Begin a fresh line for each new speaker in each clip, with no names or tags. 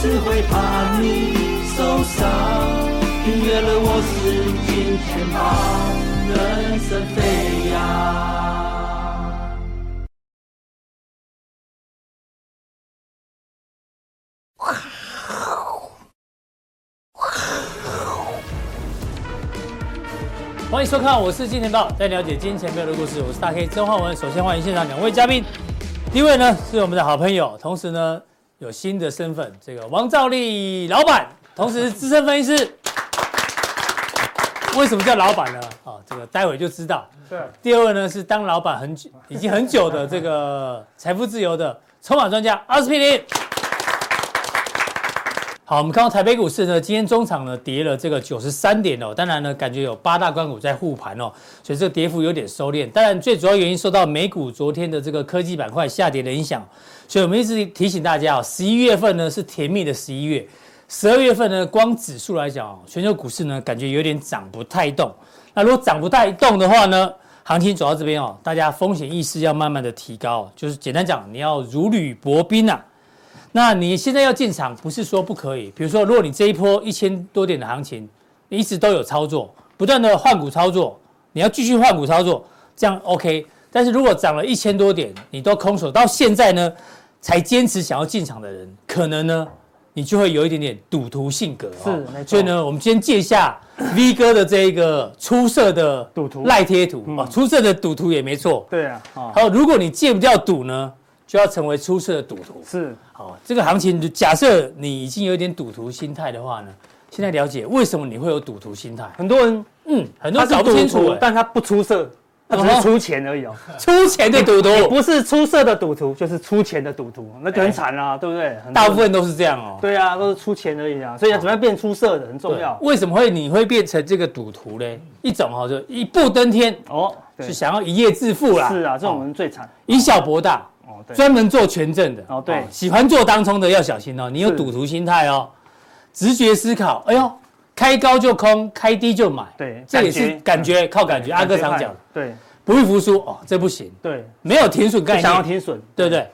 只会怕你受伤。订阅了我是金钱豹，人生飞扬。
欢迎收看，我是金钱豹，带你了解金钱背后的故事。我是大 K 曾焕文。首先欢迎现场两位嘉宾，第一位呢是我们的好朋友，同时呢有新的身份，这个王兆力老板，同时是资深分析师。为什么叫老板呢？啊、这个待会就知道。
对，
第二位呢是当老板很久，已经很久的这个财富自由的筹码专家阿司匹林。好，我们看到台北股市呢，今天中场呢跌了这个九十三点哦，当然呢，感觉有八大关股在护盘哦，所以这个跌幅有点收敛。当然，最主要原因受到美股昨天的这个科技板块下跌的影响，所以我们一直提醒大家哦，十一月份呢是甜蜜的十一月，十二月份呢光指数来讲哦，全球股市呢感觉有点涨不太动。那如果涨不太动的话呢，行情走到这边哦，大家风险意识要慢慢的提高哦，就是简单讲，你要如履薄冰啊。那你现在要进场，不是说不可以。比如说，如果你这一波一千多点的行情，你一直都有操作，不断的换股操作，你要继续换股操作，这样 OK。但是如果涨了一千多点，你都空手，到现在呢才坚持想要进场的人，可能呢你就会有一点点赌徒性格、哦
是没错
所以呢，我们先借一下 V 哥的这一个出色的
赌徒
赖贴图
嗯
啊，出色的赌徒也没错。
对啊，啊、
好，如果你戒不掉赌呢，就要成为出色的赌徒。
是
好，这个行情，假设你已经有点赌徒心态的话呢，现在了解为什么你会有赌徒心态？
很多人
嗯，很多
他
人搞
是
不
赌
清楚、
徒，啊
欸，
但他不出色，他只
嗯哼
是出钱而已哦，
出钱的赌徒，
不是出色的赌徒，就是出钱的赌徒，那就很惨啦、对不对？很多人
哎大部分都是这样哦、
对啊，都是出钱而已啊，所以要怎么样变出色的很重要
为什么会你会变成这个赌徒嘞？一种哈、就一步登天，
哦，对
是，想要一夜致富啦。
是啊，这种
哦
人最惨
以小博大，
哦，对，
专门做权证的
哦对
喜欢做当冲的要小心哦，你有
是
赌徒心态哦，直觉思考，哎呦，开高就空，开低就买，
对
这也是感觉靠感觉，阿哥常
派
讲的，
对
不会服输哦，这不行，
对，
没有停损
不
概
想要
念，
停损，
对不对？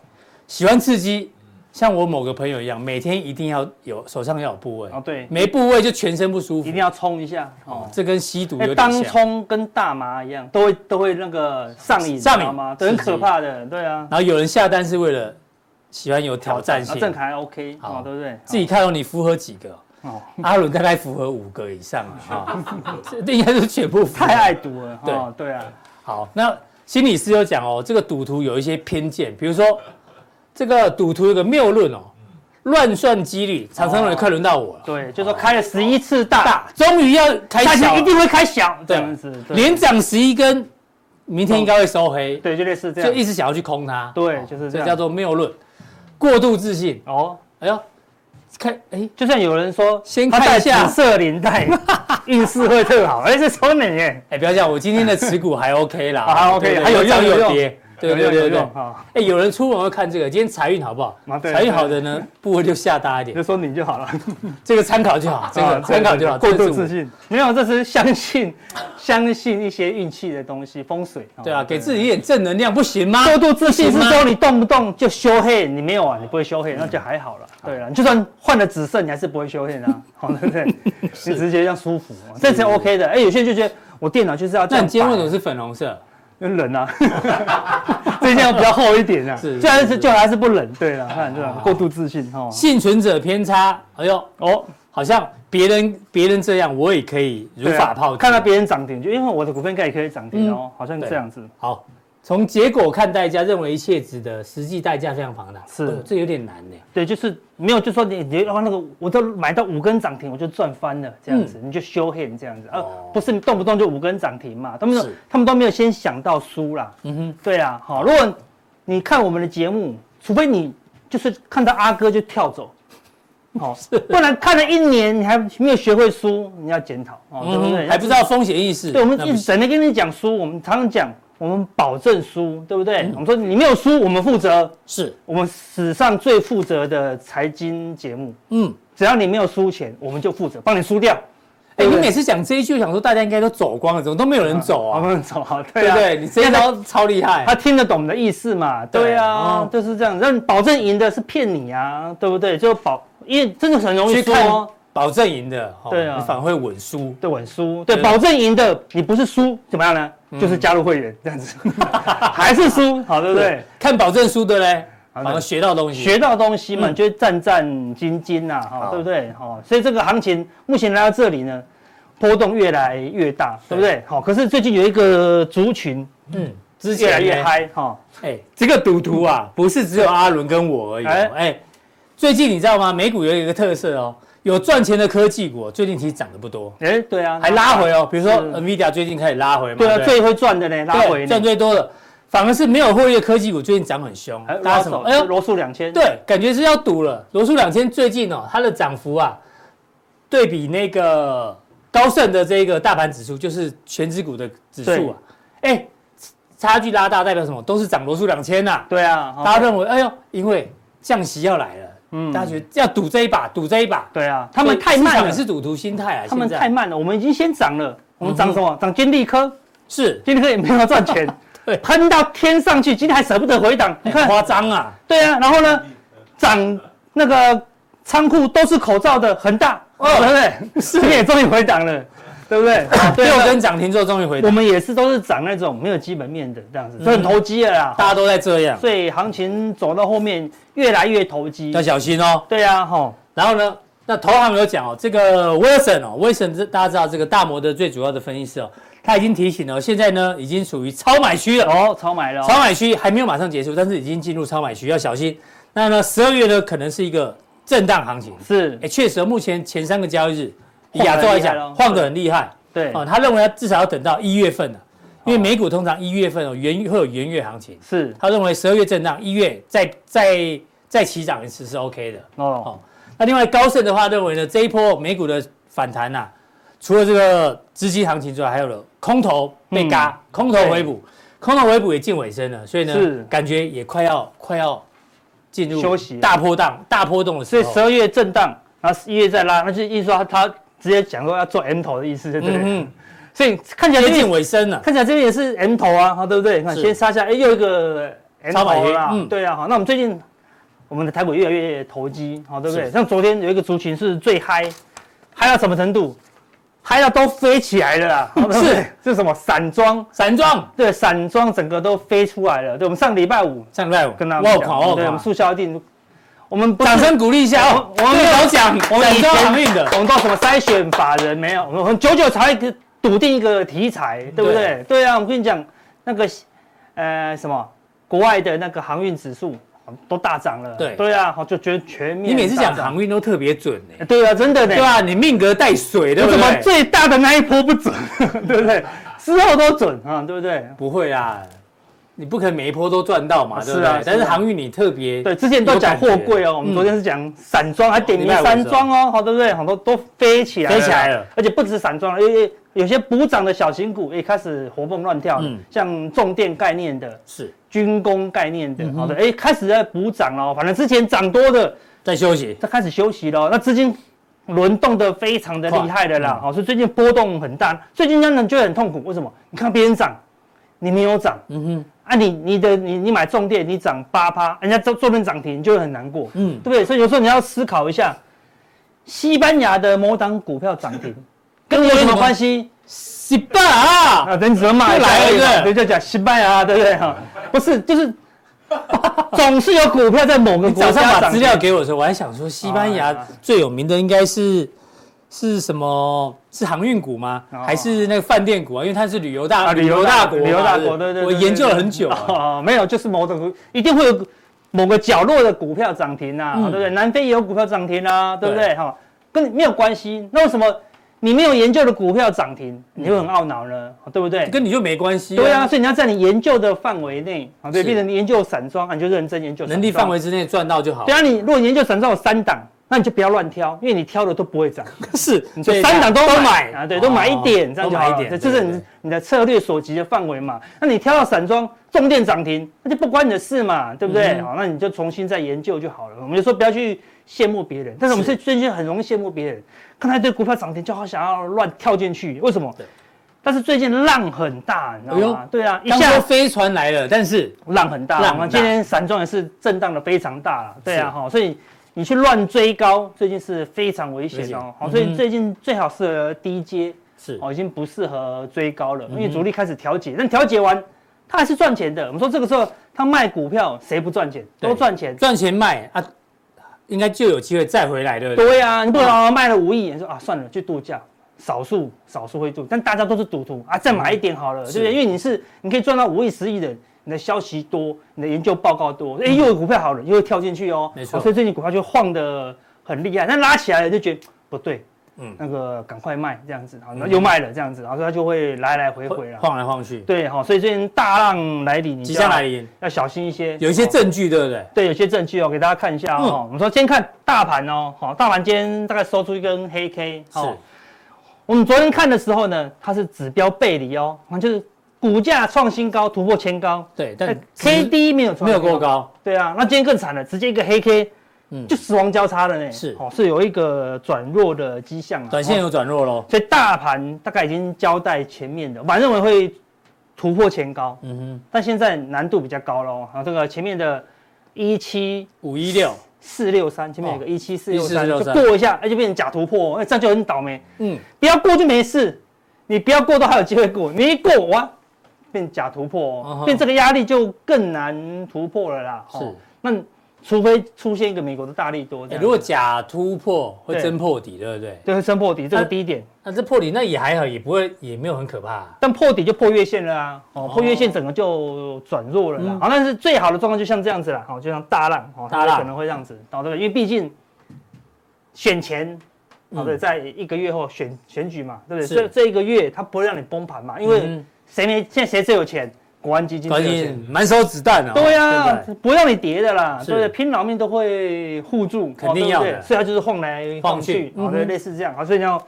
喜欢刺激，像我某个朋友一样，每天一定要有手上要有部位
哦，对，
没部位就全身不舒服，
一定要冲一下哦
哦，。这跟吸毒
哎
有点
当
像。
冲跟大麻一样，都会都会那个上瘾，
上瘾
你知道吗？很
刺激
可怕的，对啊。
然后有人下单是为了喜欢有挑战性
啊，郑凯还 OK，
好
哦，对不对？
自己看到你符合几 个。
哦
阿伦大概符合五个以上啊，啊， 这应该是全部符合
太爱赌了，哦，对啊，
好。那心理师有讲哦，这个赌徒有一些偏见，比如说这个赌徒有个谬论哦，乱算几率，常常也快轮到我了。
对，就说开了十一次大，
大，终于要开
大
小
家
了
一，定会开小，这
对
样子，对
连涨十一根，明天应该会收黑，
哦对，就类似这
就一
样，
直想要去空它。
对，就是这
这
样，
叫做谬论，过度自信。
哦，
哎呦，看，哎，
就算有人说
先
他
看
戴
一下
紫色 领带，运势会特好，哎，这说明耶，
哎，不要讲，我今天的持股还 OK 啦，
啊 还 OK，
对对
还有用
涨
有用
跌，对对对对。
哈，
哎、有人出门会看这个，今天财运好不好？
啊对
财运好的呢，部位就下大一
就
点，
说你就好了，
这个参考就好，这
啊
个
对
参考就好。
对
这
对过
个
度
是我
自。信，没有，这是相信，相信一些运气的东西，风水，哦
对啊，给自己一点正能量不行吗？
过度自信
啊不
是
行吗嗯
说你动不动就修黑，你没有啊，你不会修黑，那就还好了。对了，你就算换了紫色，你还是不会修黑的啊， 好对不对？你直接这样舒服，这是 OK 的。哎，有些人就觉得我电脑就是要这
那
样
你今天为什
摆
么是粉红色？
因为冷啊， 这件要比较厚一点啊，
是是
虽然
是啊
是就还是不冷。对了，看这样过度自信哦哈。
幸存者偏差，哎呦，
哦，
好像别人别人这样，我也可以如
对啊
法炮制。嗯
看到别人涨停，就因为我的股票应该也可以涨停哦，好像
对
这样子。
好，从结果看代价，认为一切值得，实际代价非常庞大。
是
哦这有点难呢。
对，就是没有，就说你你的话那个，我都买到五根涨停，我就赚翻了，这样子，你就修 h 这样子，啊，
嗯哦
不是你动不动就五根涨停嘛，他们都
是
他们都没有先想到输啦，
嗯哼，
对啊，好，如果你看我们的节目，除非你就是看到阿哥就跳走，好、不然看了一年你还没有学会输，你要检讨哦，对不
嗯
对？
哼还不知道风险意识。
对，我们
那
一
不
直
行
整天跟你讲输，我们常常讲，我们保证输，对不对？
嗯
我们说你没有输，我们负责。
是，
我们史上最负责的财经节目，
嗯，
只要你没有输钱，我们就负责帮你输掉。
哎，
对不
你
对
每次讲这一句，想说大家应该都走光了，怎么都没有人走
哦我
啊？
们走好，对
对
啊
不对？你这一招超厉害
他。听得懂你的意思嘛？对
对
啊
哦，
就是这样。让你保证赢的是骗你啊，对不对？就保因为真的很容易
去
输
看
哦，
保证赢的，哦
对啊
你反而会稳输。
对，稳输，对，
对
保证赢的，你不是输怎么样呢？
嗯
就是加入会员这样子， 还是输，好，对不对？，
看保证输的嘞，
好
反
的
而学到东西。
学到东西嘛，
嗯
就会战战兢兢呐、哈、
好
对不对？哈、所以这个行情目前来到这里呢，波动越来越大，对不对？好、可是最近有一个族群
嗯，之前
越来越
呢。
嗨，哈、
哎，这个赌徒啊，不是只有阿伦跟我而已哦。
哎
哎，最近你知道吗？美股有一个特色哦，有赚钱的科技股，哦最近其实涨得不多，
哎、对啊，
还拉回哦。比如说
是
Nvidia 最近开始拉回嘛，
对啊，
不
最会赚的呢，拉
对
回呢，哎
赚最多的，反而是没有获利的科技股最近涨很凶
还，
大
拉
家什么
走？，
哎
哎
呦，
罗素两千，，
对，感觉是要赌了。罗素两千最近哦，它的涨幅啊，对比那个高盛的这个大盘指数，就是全指股的指数啊，哎，差距拉大代表什么？都是涨罗素两千呐。
对啊，哈
大家认为，哎呦，因为降息要来了，
嗯
大家觉得要赌这一把，赌这一把。
对啊，他们
所以
太
市
慢
场
了
也，是赌徒心态啊，
他们
现在
太慢了，我们已经先涨了，我们涨什么？涨金利科，
是
金利科也没有赚钱
对，
喷到天上去，今天还舍不得回档，你
很
看。
夸张啊，
对啊，然后呢，涨那个仓库都是口罩的，很大，
哦
对不对？是也终于回档了，对不对？对
六
啊，
根涨停之后终于回
我
档，
们也是都是涨那种没有基本面的这样子，
嗯
这很投机的啦。
大家都在这样，
所以行情走到后面越来越投机
要。小心哦。
对啊，吼，
然后呢，那投行有讲哦，这个 Wilson 哦，Wilson 这大家知道这个大摩的最主要的分析师哦，他已经提醒了，现在呢已经属于超买区了，
哦，超买了哦，
超买区还没有马上结束，但是已经进入超买区，要小心。那呢，十二月呢可能是一个震荡行情，
是
哎，，确实，目前前三个交易日，以
晃得
亚洲来
很厉害咯
讲，晃得很厉害。哦
对，
哦，他认为他至少要等到一月份了，因为美股通常一月份哦，元会有元月行情。
是
他认为十二月震荡，一月再再再起涨一次是 OK 的。
哦，
哦，那另外高盛的话认为呢，这一波美股的反弹呐、啊除了这个资金行情之外，还有了空头被嘎，
嗯
空头回补，空头回补也近尾声了，所以
是
呢，感觉也快要快要进入
休息了
大波荡、大波动的时
所
候。
以十二月震荡，然后一月再拉，那就意思说他他直接讲说要做 M 头的意思，对不对？
嗯
所以看起来
哼，
就
接近尾声了。
看起来这边也是 M 头啊，好对不对？你看
是
先杀下，哎，又一个 M
超买
头
黑
啦，
嗯
对啊，好，那我们最近我们的台股越来越投机，好对不对？
是
像昨天有一个族群是最嗨，嗨到什么程度？嗨到都飞起来了啦，好对不对
是
是什么散装？
散装
对，散装整个都飞出来了。对，我们上礼拜五
上礼拜五
跟大
哇
家
我靠
讲，
哇
对，我们
靠，
速销定，我们不是
掌声鼓励一下哦！
我
我
们
们
没有
老讲
我们以
散装
前
航运的
我们到什么筛选法人没有？我们久久才会笃定一个题材，对不对？对
嗯对
啊，我跟你讲，那个呃什么国外的那个航运指数都大涨了，
对
对啊，好就觉得全面。
你每次讲航，运都特别准哎、
对啊，真的呢，
对啊，你命格带水，对
为
不
什么
对？
最大的那一波不准， 对不对？之后都准啊，对不对？
不会啊，你不可能每一波都赚到嘛，
啊
对不
是啊
对？但
是
是
啊
航运你特别
对，之前都讲货柜哦，我们
嗯
昨天是讲散装，还点名
礼拜五的时候
散装哦，好对不对？好多都飞起来，
飞起来了，
而且不止散装，因为有些补涨的小型股也开始活蹦乱跳了
嗯，
像重电概念的、
是
军工概念
嗯
的，好的，哎，开始在补涨了哦。反正之前涨多的，
在休息，
它开始休息了哦，那资金轮动的非常的厉害的啦，
嗯
好，所以最近波动很大，最近让人觉得很痛苦。为什么？你看别人涨，你没有涨，
嗯哼，
啊你，你的你你买重电，你涨八趴，人家做做成涨停，你就会很难过，
嗯
对不对？所以有时候你要思考一下，西班牙的某档股票涨 停，跟我有什么关系？
西班牙
啊，等你只能骂一下而已
又来
嘛，
了
人家讲西班牙，对不对？哈，不是，就是 总是有股票在某个国
早上
家
把
涨
资
停。啊
料给我的时候，我还想说西班牙最有名的应该是是什么？是航运股吗？
哦
还是那个饭店股啊？因为它是旅游
啊
大
旅游大
国嘛，
旅游大
是不
国
是
对对对
我
对
研究了
对
很久啊。
哦，没有，就是某种股一定会有某个角落的股票涨停啊，
嗯
对不对？南非也有股票涨停啊，对不对？
对
哈，跟你没有关系。那为什么你没有研究的股票涨停，你会很懊恼呢？哦对不对？
嗯跟你就没关系。
对啊，，所以你要在你研究的范围内，啊，对，
是
变成你研究散装，啊你就认真研究散
嗯
装
能力范围。之内赚到就好
对。啊，你如果研究散装有三档，那你就不要乱挑，因为你挑的都不会涨。
是，
你就
所以
三档都
都
买
买哦
啊，对，都买一点，这样
都
就
买
好
一
了
点，
对这是
对对
你
对
你的策略所及的范围嘛。那你挑到散装重点涨停，那就不关你的事嘛，对不对？
嗯
好，那你就重新再研究就好了。我们就说不要去羡慕别人，但是我们是
是
最近很容易羡慕别人，看他一堆股票涨停就好想要乱跳进去，为什么
对？
但是最近浪很大，你知道
哎
吗
呦？
对啊，一
当
下
说飞船来了，但是
浪很大，
浪很大
我们今天散装也是震荡的非常大，对啊，
是
哈，所以你你去乱追高，最近是非常危险
危险
哦。好，所以
嗯
最近最好适合低接，
是
哦，已经不适合追高
嗯
了，因为主力开始调节，但调节完他还是赚钱的。我们说这个时候他卖股票谁不赚钱？
对
都赚钱。
赚钱卖啊，应该就有机会再回来，对不对？
对呀、你不能啊卖了五亿，你说啊算了去度假，少数少数会度，但大家都是赌徒啊，再买一点好了，对不
嗯是
对？因为你是你可以赚到五亿十亿的，你的消息多，你的研究报告多，哎、又有股票好了，又会跳进去哦，
没错
哦所以最近股票就晃的很厉害，但拉起来了就觉得不对。
嗯
嗯，那个赶快卖这样子，好，然后又卖了这样子，然后它就会来来回回了。
晃来晃去，
对，哦好，所以最近大浪来临，你
即
就
将
要
来临，
要小心一些。
有一些
哦
证据，对不对？
对，有些证据哦，给大家看一下哦。
嗯
我们说先看大盘哦，好，大盘今天大概收出一根黑 K 哦
是。，
我们昨天看的时候呢，它是指标背离哦，就是股价创新高，突破前高，
对，但
但呃 K D 没有创
没有
新
够。高，
对啊，那今天更惨了，直接一个黑 K，
嗯
就，死亡交叉了呢。
是
哦，是有一个转弱的迹象啊。
短线
哦，
有转弱喽。
所以大盘大概已经交代前面的，我反正我会突破前高，
嗯哼，
但现在难度比较高喽。啊，这个前面的一七
五一六，
四六三，前面有哦个一七四六三，
17463
就过一下，哎，就变成假突破哦，哎，这样就很倒霉。
嗯，
不要过就没事，你不要过都还有机会过，你一过哇，变假突破、
嗯
哦
哼，
变这个压力就更难突破了啦。哦
是，
那除非出现一个美国的大力多这
哎
样，
如果假突破会
对
真破底，对不对？
就是升破底这个
那
低点，
那这破底那也还好，也不会也没有很可怕啊。
但破底就破月线了啊，哦，破月线整个就转弱了啦。好、但是最好的状况就像这样子啦，哦，就像大浪，哦，
嗯大浪
大浪可能会这样子，哦，对，因为毕竟选前，哦，对，
嗯
在一个月后选选举嘛，对不
是
对？这这一个月它不会让你崩盘嘛，因为
嗯
谁没现在谁最有钱？国安基金
关
最有
键
钱。
满手子弹啊！
对呀、
不对
不会让你跌的啦，
是
对不对？拼老命都会护住，
肯定要的
哦对不对所以它就是晃来
晃
晃
去
去，
嗯
好、
哼
对，类似这样，哦好，所以你要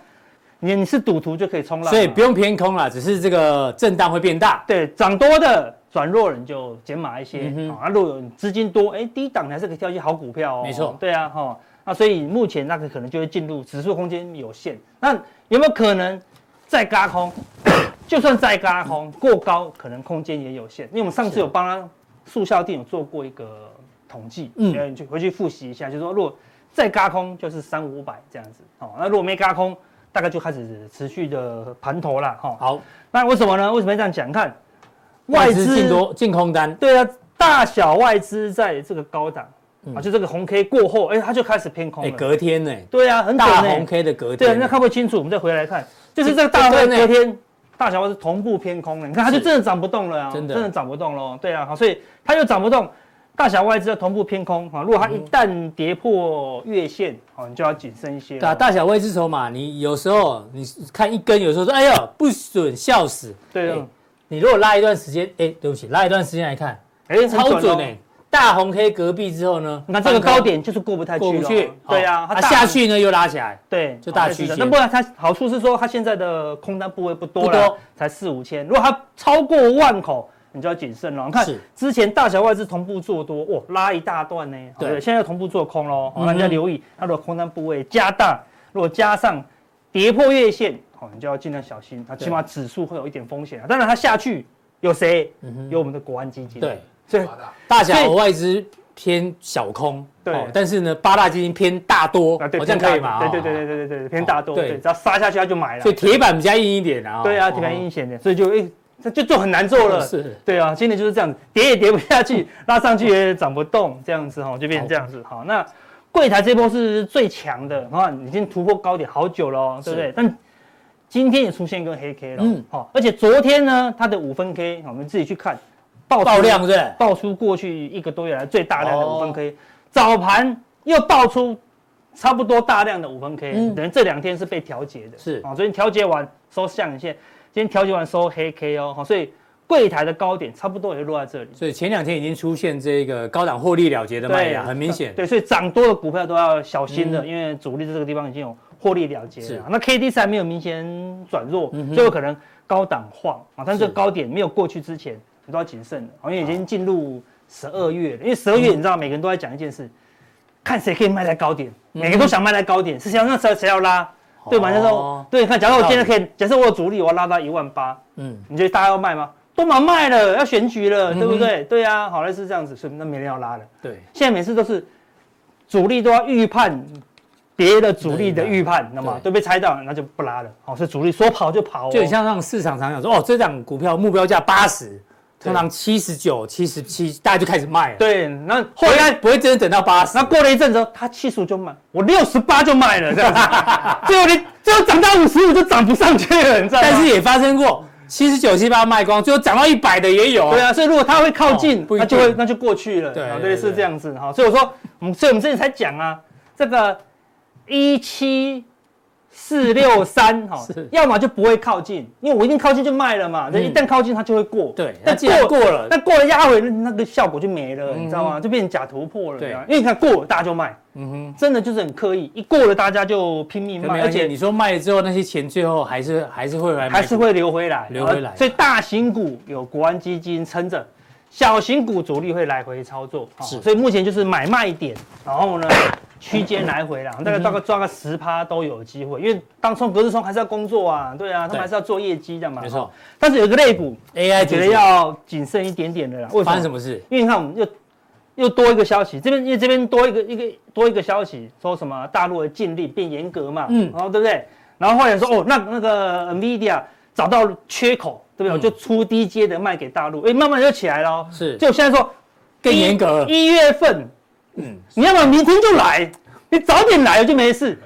你你是赌徒就可以冲浪嘛，啊
所以不用偏空啦，只是这个震荡会变大。
对，涨多的转弱了你就减码一些
嗯，哼
好啊，如果有资金多，哎，低档你还是可以挑一些好股票哦。
没错
对啊，哈、那所以目前那个可能就会进入指数空间有限，那有没有可能再嘎空？ 就算再嘎空，过高可能空间也有限，因为我们上次有帮他速效店有做过一个统计，
嗯
嗯，你去回去复习一下，就是说如果再嘎空就是三五百这样子，哦，那如果没嘎空，大概就开始持续的盘头啦，哦哈、
好，
那为什么呢？为什么要这样讲？你看
外资进多进空单，
对啊，大小外资在这个高档、
嗯
啊，就这个红 K 过后，哎、它就开始偏空
哎，
了。
隔天呢，
对啊，很准
大哎
欸
红 K 的隔
对啊，
天
那
呢，
看不清楚，我们再回来看，就是这个大
这
外
这
隔天大小外是同步偏空的，你看它就是真的涨不动了啊，
真的
涨不动喽。对啊，好，所以它又涨不动。大小外资要同步偏空啊！如果它
嗯
一旦跌破月线，哦，你就要谨慎一些咯。
啊大大小外资筹码，你有时候你看一根，有时候说哎呦不准笑死。
对啊
哎，你如果拉一段时间，哎，对不起，拉一段时间来看，
哎、很
超准
哦
哎。大红 K 隔壁之后呢，
你看这个
翻空
高点就是过不太去
过
咯
不去，
对啊，
它
大
下去呢又拉起来，
对，
就大
好
区
类似的
间
那不然它好处是说，它现在的空单部位不多
不
了
多，
才四五千。如果它超过万口，你就要谨慎了。你看
是
之前大小外资同步做多，哇，拉一大段呢。
对
好现在又同步做空哦喽，
嗯
好
哼
那你要留意。那如果空单部位加大，如果加上跌破月线，好，你就要尽量小心。它
对
起码指数会有一点风险啊。当然，它下去有谁？有我们的国安基金。
嗯
啊
对，
嗯所以
大小外资偏小空，
对
哦但是呢八大基金偏大多，
啊，对，
哦这样可以嘛？
对对
哦
对对对对对，偏大多，
对
对，只要杀下去它就买了
所以。铁板比较硬一点啊。哦
对啊，铁盘阴险的，所以就哎，这就做很难做了。
是，
对啊，今年就是这样子，跌也跌不下去，拉上去也涨不动，这样子哈，哦就变成这样子。好，那柜台这波是最强的，然后已经突破高点好久了哦，对不
是
对？但今天也出现一根黑 K 了，
嗯
嗯，好，而且昨天呢，它的五分 K，好我们自己去看，爆出
爆量对不对？
爆出过去一个多月来最大量的
哦
五分 K，、早盘又爆出差不多大量的五分 K，、
嗯
等于这两天是被调节的，
是
啊，昨天调节完收下影线，今天调节完收黑 K 哦，好，所以柜台的高点差不多也就落在这里。
所以前两天已经出现这个高档获利了结的卖压，很明显。
对，所以涨多的股票都要小心的，
嗯
因为主力在这个地方已经有获利了结
是
了。那 K D 三没有明显转弱，
嗯哼
所以有可能高档晃啊，但
是
这个高点没有过去之前，你都要谨慎的，好因为已经进入十二月了。因为十二
嗯
月你知道，每个人都在讲一件事，看谁可以卖在高点，每个都想卖在高点，是想那谁谁要拉，对吧？那时候
嗯哦
对，看，假如我今天可以，假设我有主力，我要拉到一万八，
嗯，
你觉得大家要卖吗？都马卖了，要选举了，
嗯哼
对不对？对啊，好类似这样子，所以那没人要拉了。
对，
现在每次都是主力都要预判别的主力的预判，那么
对
都被猜到，那就不拉了。好，所以主力说跑就跑哦，
就很像让市场常讲说，哦，这档股票目标价八十，通常七十九、七十七，大家就开始卖了。，
对，那
后
后来
来不会真的等到八十
那。过了一阵子之后，他七十五就卖，我六十八就卖了，这样子，最后你最后涨到五十五就涨不上去了，你知道吗？
但是也发生过七十九、七八卖光，最后涨到一百的也有。
对，啊，所以如果它会靠
哦
近，
不一
那
定
就会那就过去了，
对
啊
对
类似
对
这样子哈。所以我说，我们所以我们之前才讲啊，这个一七四六三哈
是，
要么就不会靠近，因为我一定靠近就卖了嘛，但
嗯
一旦靠近它就会过，
对那
但
既然过了
但过了压回那个效果就没了，你知道
嗯
吗？就变成假突破了，
对
对啊，因为你看过了大家就卖，
嗯哼。
真的就是很刻意，一过了大家就拼命卖，
而
而
且
且
你说卖了之后，那些钱最后还是还是会来买，
还是会流回来，
流回来
所以大型股有国安基金撑着，小型股主力会来回操作，哦
是
所以目前就是买卖点，然后呢区间来 回啦，大
嗯
概大概抓个十趴都有机会，因为当冲、隔日冲还是要工作啊，对啊，他
对
们还是要做业绩的嘛，
没
哦
错。
但是有一个类股，
AI
我觉得要谨慎一点点的啦，为
发生什
什么？
么事？
因为你看我们又又多一个消息，这边因为这边多一个一个多一个消息，说什么大陆的禁令变严格嘛，
嗯
嗯，然后对不对？然后后来说哦，那那个 Nvidia 找到缺口，对不对？
嗯
我就出低阶的卖给大陆，哎，慢慢就起来了、哦。
是
就现在说
更
一
严格了
一月份，
嗯
嗯，你要么明天就来，你早点来就没事。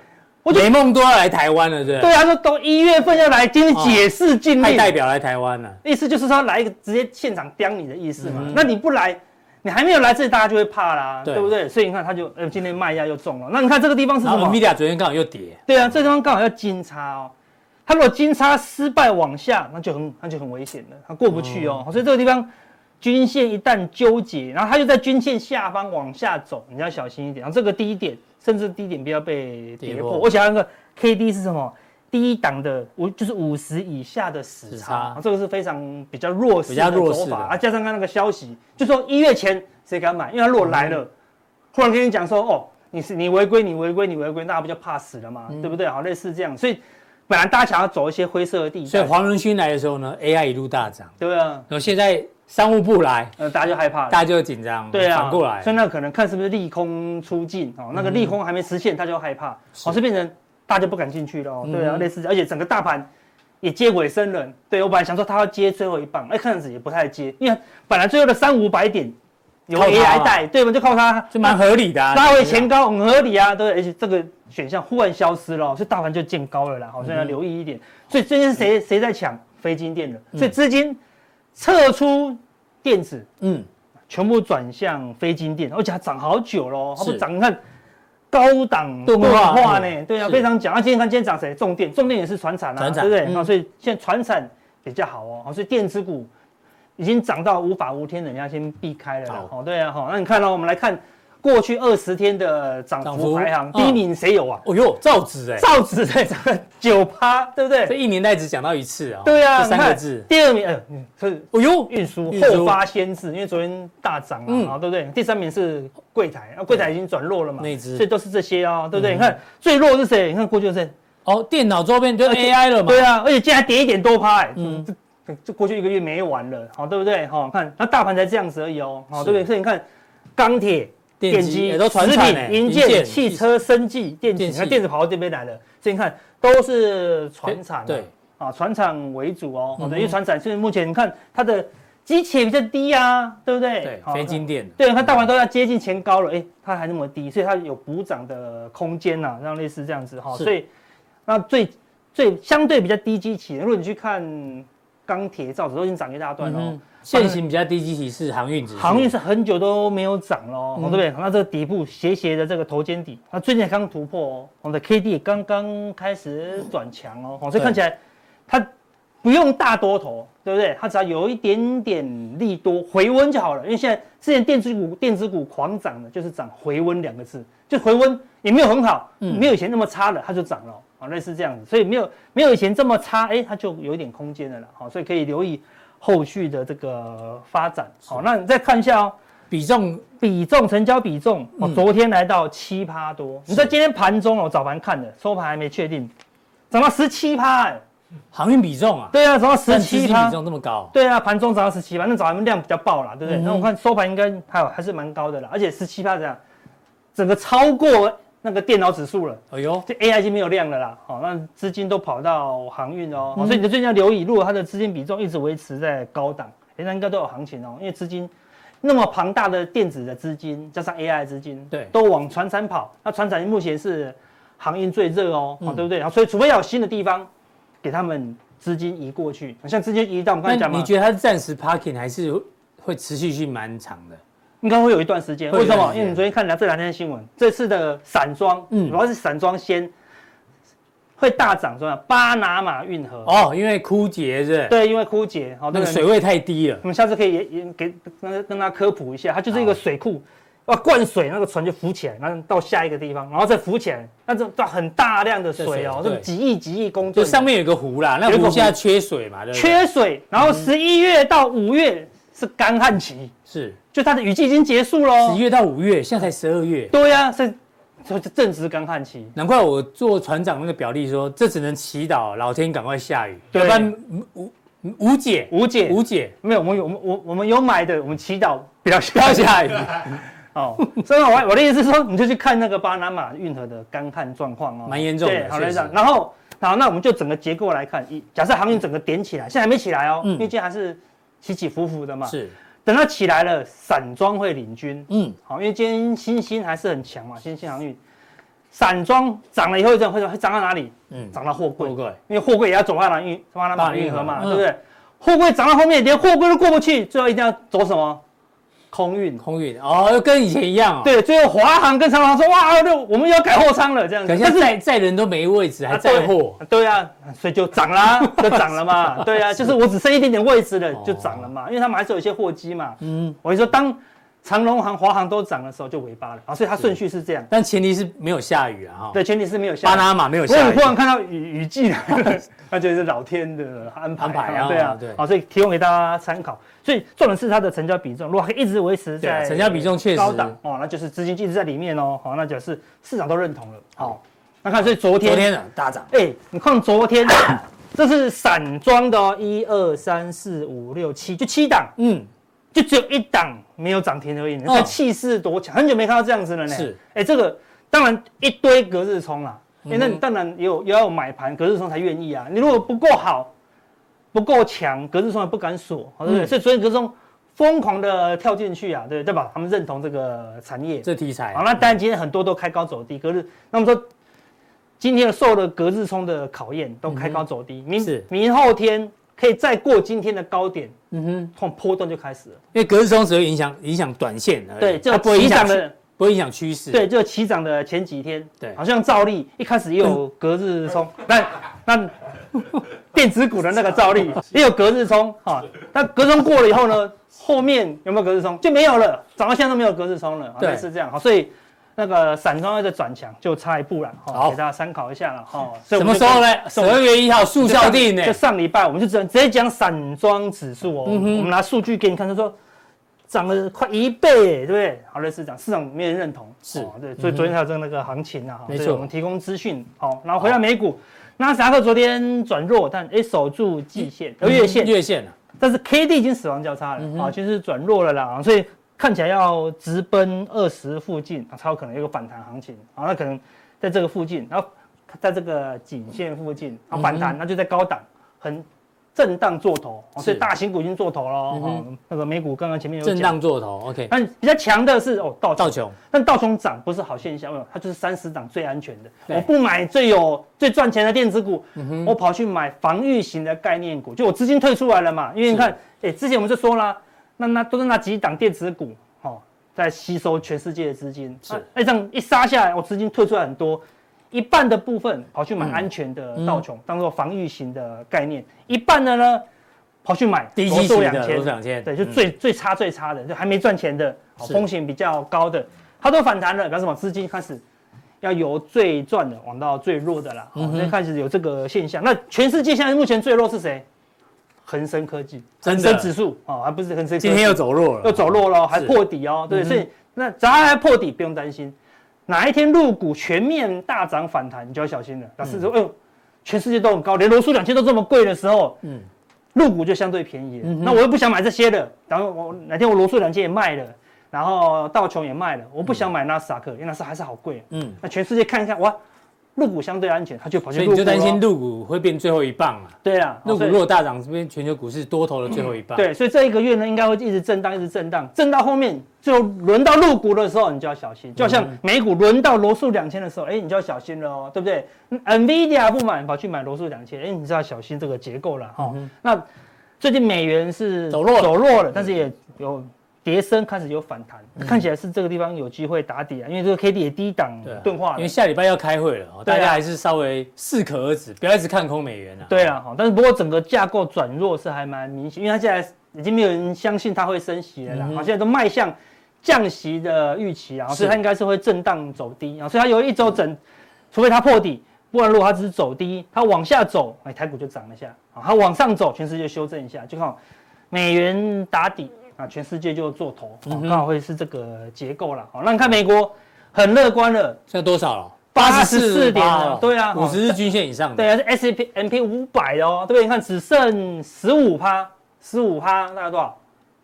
我就
雷梦都要来台湾了，对不
对啊，说都一月份要来，今天解释禁
对？派
令，
代表来台湾了。
意思就是说来一个直接现场刁你的意思嘛。那你不来，你还没有来这里，大家就会怕啦，
嗯对
对不对？所以你看他就，呃，今天卖压又中了。那你看这个地方是
然
什
后
么？
NVIDIA 昨天刚好又跌，
对啊，这地方刚好要金叉哦。它如果金叉失败往下，那就很那就很危险了，它过不去
嗯
哦。所以这个地方均线一旦纠结，然后它就在均线下方往下走，你要小心一点。然后这个低点，甚至低点不要被跌
跌
破。
破
我想那个 K D 是什么？第一档的五就是五十以下的死
死
叉，
叉
啊这个是非常比较弱势
比较
的
弱
走
势
法
的
啊。加上刚刚那个消息，就说一月前谁敢买？因为它如果
嗯
来了。忽然跟你讲说，哦，你是你违规，你违规，你违规，大家不就怕死了
嗯
吗？对不对？好，类似这样，所以本来大家想要走一些灰色的地带，
所以黄仁勋来的时候呢，AI 一路大涨。
对不对？
然后现在商务部来，
呃，大家就害怕了，
大家就紧张，
对啊，
反过来嗯
所以那可能看是不是利空出尽哦，那个利空还没实现，他就害怕，
是
哦，是变成大家不敢进去了哦，对啊，
嗯
类似这样，而且整个大盘也接尾声了，对我本来想说他要接最后一棒，哎，看样子也不太接，因为本来最后的三五百点由
靠它
AI
嘛
带，对我们就靠它，
就蛮合理的啊。
拉回前高很合理啊，对，而且这个选项忽然消失了哦，所以大盘就见高了啦，好，所以要留意一点。所以最近谁谁在抢非金电的，所以资金撤出电子，
嗯，
全部转向非金电，而且它涨好久喽，它不
是
涨你看高档
钝
钝
化
化
嗯
呢，对啊，
是
非常讲。那今天看今天涨谁？重电，重电也是船产啊，
传产
对不对？
嗯
啊，所以现在船产比较好哦，好所以电子股已经涨到无法无天了，人家先避开了啦。
好
好，对啊，好，那你看到我们来看过去二十天的涨
涨
幅
幅
排行，
嗯
第一名谁有啊？
哦哟，造纸哎，
造纸在涨了九趴，对不
这
对？
一年代只讲到一次啊。
对啊，
这三
你
个
看
字。
第二名，呃，嗯是
哦哟，
运输
运输
后发先至，因为昨天大涨了
嗯
啊，对不对？第三名是柜台，啊，柜台已经转弱了嘛，
内资嗯
所以都是这些啊，对不对？你看最弱是谁？你看过去是
哦，电脑周边就
而且
AI 了嘛。
对啊，而且竟然跌一点多趴，哎，
嗯
这这这过去一个月没完了，好，对不对？好，看那大盘才这样子而已哦，好，
是
对不对？所以你看钢铁。电机、
也都传
食
产
品
哎，、
银件、汽车、生技、电
电
子，
器
那电子跑到这边来了，所以你看都是船产啊、
对，
啊，船厂为主哦，
嗯
好
哼
的，因为船厂现在目前你看它的基期也比较低啊，对不对？
对，
好
非金电的，
对，它大盘都要接近前高了，哎，它还那么低，所以它有补涨的空间呐、像类似这样子哈、
是
所以那最最相对比较低基期，如果你去看钢铁、造纸都已经涨一大段
嗯
了、哦
哼，现行比较低基期是航运指数，
航运是很久都没有涨了、哦，
嗯
对不对？那这个底部斜斜的这个头肩底，它最近才刚突破哦，我们的 K D 也刚刚开始转强哦，哦所
对
以看起来它不用大多头，对不对？它只要有一点点利多回温就好了，因为现在之前电子股电子股狂涨的，就是涨回温两个字，就回温也没有很好，
嗯
没有以前那么差了，它就涨了、哦。好，类似这样子，所以没有没有以前这么差，哎，它就有一点空间的了啦。好，所以可以留意后续的这个发展。好，那你再看一下哦，
比重
比重成交比重，哦
嗯，
昨天来到七趴多。你在今天盘中哦，早盘看的，收盘还没确定，涨到十七趴，哎
航运比重啊，
对啊，涨到十
但基
七
期
趴
比，重这么高，
对啊，盘中涨到十七趴，那早盘量比较爆啦，对不对？
嗯哼
那我看收盘应该还有还是蛮高的啦，而且十七趴这样，整个超过那个电脑指数了。
哎呦，
这 AI 已经没有量了啦，好、那资金都跑到航运哦、
嗯
哦所以你最近要留意，如果它的资金比重一直维持在高档，诶那应该都有行情哦，因为资金那么庞大的电子的资金，加上 AI 的资金，
对
都往船产跑。那船产目前是航运最热哦、哦
嗯
对不对？然后所以除非要有新的地方给他们资金移过去，像资金移到我们刚才
那
讲
你
嘛，
觉得它是暂时 parking 还是会持续性蛮长的？
应该会有一段时间。
会有
为
一
什
段时
么？
间
因为你昨天看了这两天的新闻，这次的散装，
嗯
主要是散装先会大涨，说巴拿马运河。
哦，因为枯竭是不是
对，因为啊枯竭，好、
那
那
个
个
水
水，
位太低了。
我们下次可以也也给跟跟他科普一下，它就是一个
好
水库，要灌水，那个船就浮起来，然后到下一个地方，然后再浮起来，那这到很大量的水哦，
这水
这个
对
几亿几亿公吨
就
的，
上面有一个湖啦，那
啊有一个
湖
湖
现在缺水嘛，对不对？
缺水，然
嗯
后十一月到五月是干旱期，
是
就它的雨季已经结束
十
喽。
月到五月，现在才十二月，
对呀、是这这正值干旱期，
难怪我做船长那个表弟说，这只能祈祷老天赶快下雨，要
对
不然无无无解
无解。
无解，
没有，我们有我们我我们有买的，我们祈祷
不要不要下 雨。
哦，所以我我的意思是说，你就去看那个巴拿马运河的干旱状况哦，
蛮严重的
对，好
确
来
实
讲，然后好，那我们就整个结构来看，一假设航运整个点起来，现在还没起来哦，
嗯
因为今天还是起起伏伏的嘛。，
是，
等它起来了，散装会领军。
嗯，
好，因为今天新兴还是很强嘛，新兴航运，散装涨了以后会涨会涨到哪里？
嗯
涨到货柜
货，柜
因为货柜也要走巴拿运巴拿马运河嘛，
巴拿
对
运河
不对？货柜涨到后面，连货柜都过不去，最后一定要走什么？空运。
空运哦，又跟以前一样哦。，
对，最后华航跟长航说，哇，那我们又要改货仓了这样子。
可是现在载载人都没位置，还
啊
载货，
对对啊，所以就 涨啦，就涨了嘛。对啊，就是我只剩一点点位置了，就涨了嘛。因为他们还是有一些货机嘛。
哦嗯，
我就说，当长龙航、华航都涨的时候，就尾巴了啊。所以它顺序是这样。
但前提是没有下雨啊哈。
对，前提是没有下
巴
雨。
拿马没有
如果
下
你
雨
忽，然看到雨 雨季来了，那就是老天的安排
安排啊
对啊，
对
好，所以提供给大家参考。所以重点是它的成交比重，如果还一直维持
对啊
在
成交比重确实
高档哦，那就是资金一直在里面哦，好，那就是市场都认同了。好，那看所以昨天，
昨天啊大涨，
哎，你看昨天， 这是散装的哦，一二三四五六七，就七档，
嗯，
就只有一档没有涨停而已，你看
嗯
气势多强，很久没看到这样子了呢。
是，
哎、这个当然一堆隔日冲啦，哎、
嗯
那你当然也有也要有买盘隔日冲才愿意啊。你如果不够好，不够强，隔日冲也不敢锁，哦好对不对？
嗯
所以昨天隔日冲疯狂的跳进去啊，对对吧？他们认同这个产业。
这题材啊
好，那当然今天很多都开高走低，隔日那么说。今天受了隔日冲的考验，都开高走低。明
是
明后天可以再过今天的高点，
嗯哼，
从波段就开始了。
因为隔日冲只会影响影响短线而已，
对，就
它不会影
起
响
涨
趋
的，
不会影响趋势，
对，就起涨的前几天，
对嗯
好像照例一开始也有隔日冲，但那 电子股的那个照例也有隔日冲哈，那隔日冲过了以后呢，后面有没有隔日冲就没有了，涨到现在都没有隔日冲了，啊
对
类似这样，好，所以那个散装要再转强就差一步了，
好
哈，给大家参考一下了哈。所
什
以我
么
们
时
就
候呢？十
所以我
二
们
月一号，速
就
效
上
定呢
就？上礼拜我们就直直接讲散装指数哦，
嗯哼
我们拿数据给你看，他说涨了快一倍，对不对？好类似这样，市场没人认同，
是嗯
哦对，所以昨天才有这个那个行情啊，哈
没错
所以我们提供资讯，好，然后回到美股，纳斯达克昨天转弱，但哎守住季线、
嗯
呃月线，
月线啊，
但是 K D 已经死亡交叉
嗯哼
了啊，就是转弱了啦，所以看起来要直奔二十附近，啊才有可能有个反弹行情啊，那可能在这个附近，然后在这个颈线附近啊反
嗯
弹，那就在高档很震荡做头，啊
是
所以大型股已经做头了
嗯
哦
哼，
啊那个美股刚刚前面有
震
讲，
荡做头，OK，
但比较强的是哦道
道
琼，
琼
但道琼涨不是好现象，为什么它就是三十涨最安全的，
对嗯
我不买最有最赚钱的电子股，我跑去买防御型的概念股，就我资金退出来了嘛，因为你看，哎、之前我们就说啦，那那都是那几档电子股，哦，在吸收全世界的资金，
是
啊哎、这样一杀下来，我资金退出来很多，一半的部分跑去买安全的道
嗯
琼，当做防御型的概念，一半的呢跑去买
低
罗
基
素
期
两
的
千
罗素，两千，
对，就
嗯
最、最差最差的，就还没赚钱的，哦
是
风险比较高的，它都反弹了，表示什么？资金开始要由最赚的往到最弱的啦，哦
嗯哼
所以开始有这个现象。那全世界现在目前最弱是谁？恒生科技，
真
恒
的
生指数哦，还不是恒生科技。
今天又走弱了，
又走弱了，还
是
破底哦，对，
嗯哼
所以那只要还破底，不用担心，哪一天入股全面大涨反弹，你就要小心了。老
嗯
师说，哎呦，全世界都很高，连罗素两千都这么贵的时候，
嗯
嗯，入股就相对便宜了
嗯哼
那我又不想买这些了，然后我哪天我罗素两千也卖了，然后道琼也卖了，我不想买纳斯达克，因为纳斯达克还是好贵。啊
嗯，
那全世界看一看，哇，入股相对安全，他就跑去
所以
入
你
股
就担心
咯
入股会变最后一棒嘛？
对啦，
入股
所以
如果大涨，这边全球股市多头的最后一棒。，
对，所以这一个月呢，应该会一直震荡，一直震荡，震到后面就轮到入股的时候，你就要小
嗯
心。就好像美股轮到罗素两千的时候，哎、你就要小心了哦，对不对嗯？NVIDIA 不买，跑去买罗素两千，哎，你就要小心这个结构了哈、
哦
那最近美元是
走弱了
走弱了，但是也有跌升，开始有反弹，
嗯
看起来是这个地方有机会打底啊，因为这个 K D 也低档
对啊
钝化
因
了
为。下礼拜要开会了哦，
对啊
大家还是稍微适可而止，不要一直看空美元啊。
对啊，好，但是不过整个架构转弱是还蛮明显，因为它现在已经没有人相信它会升息了啦，
嗯
好、
哼
现在都迈向降息的预期啊，
是
所以它应该是会震荡走低啊，所以它有一周整，除非它破底，不然如果它只是走低，它往下走，哎，台股就涨了一下，啊，它往上走，全世界修正一下，就看好美元打底啊，全世界就做头，啊
嗯
刚、好会是这个结构啦。好、那你看美国很乐观了。
现在多少了？
84点了
哦
对啊
五十日均线以上的。
对啊，是 S P M P 五百哦，对不对？你看只剩十五趴，十五趴大概多少？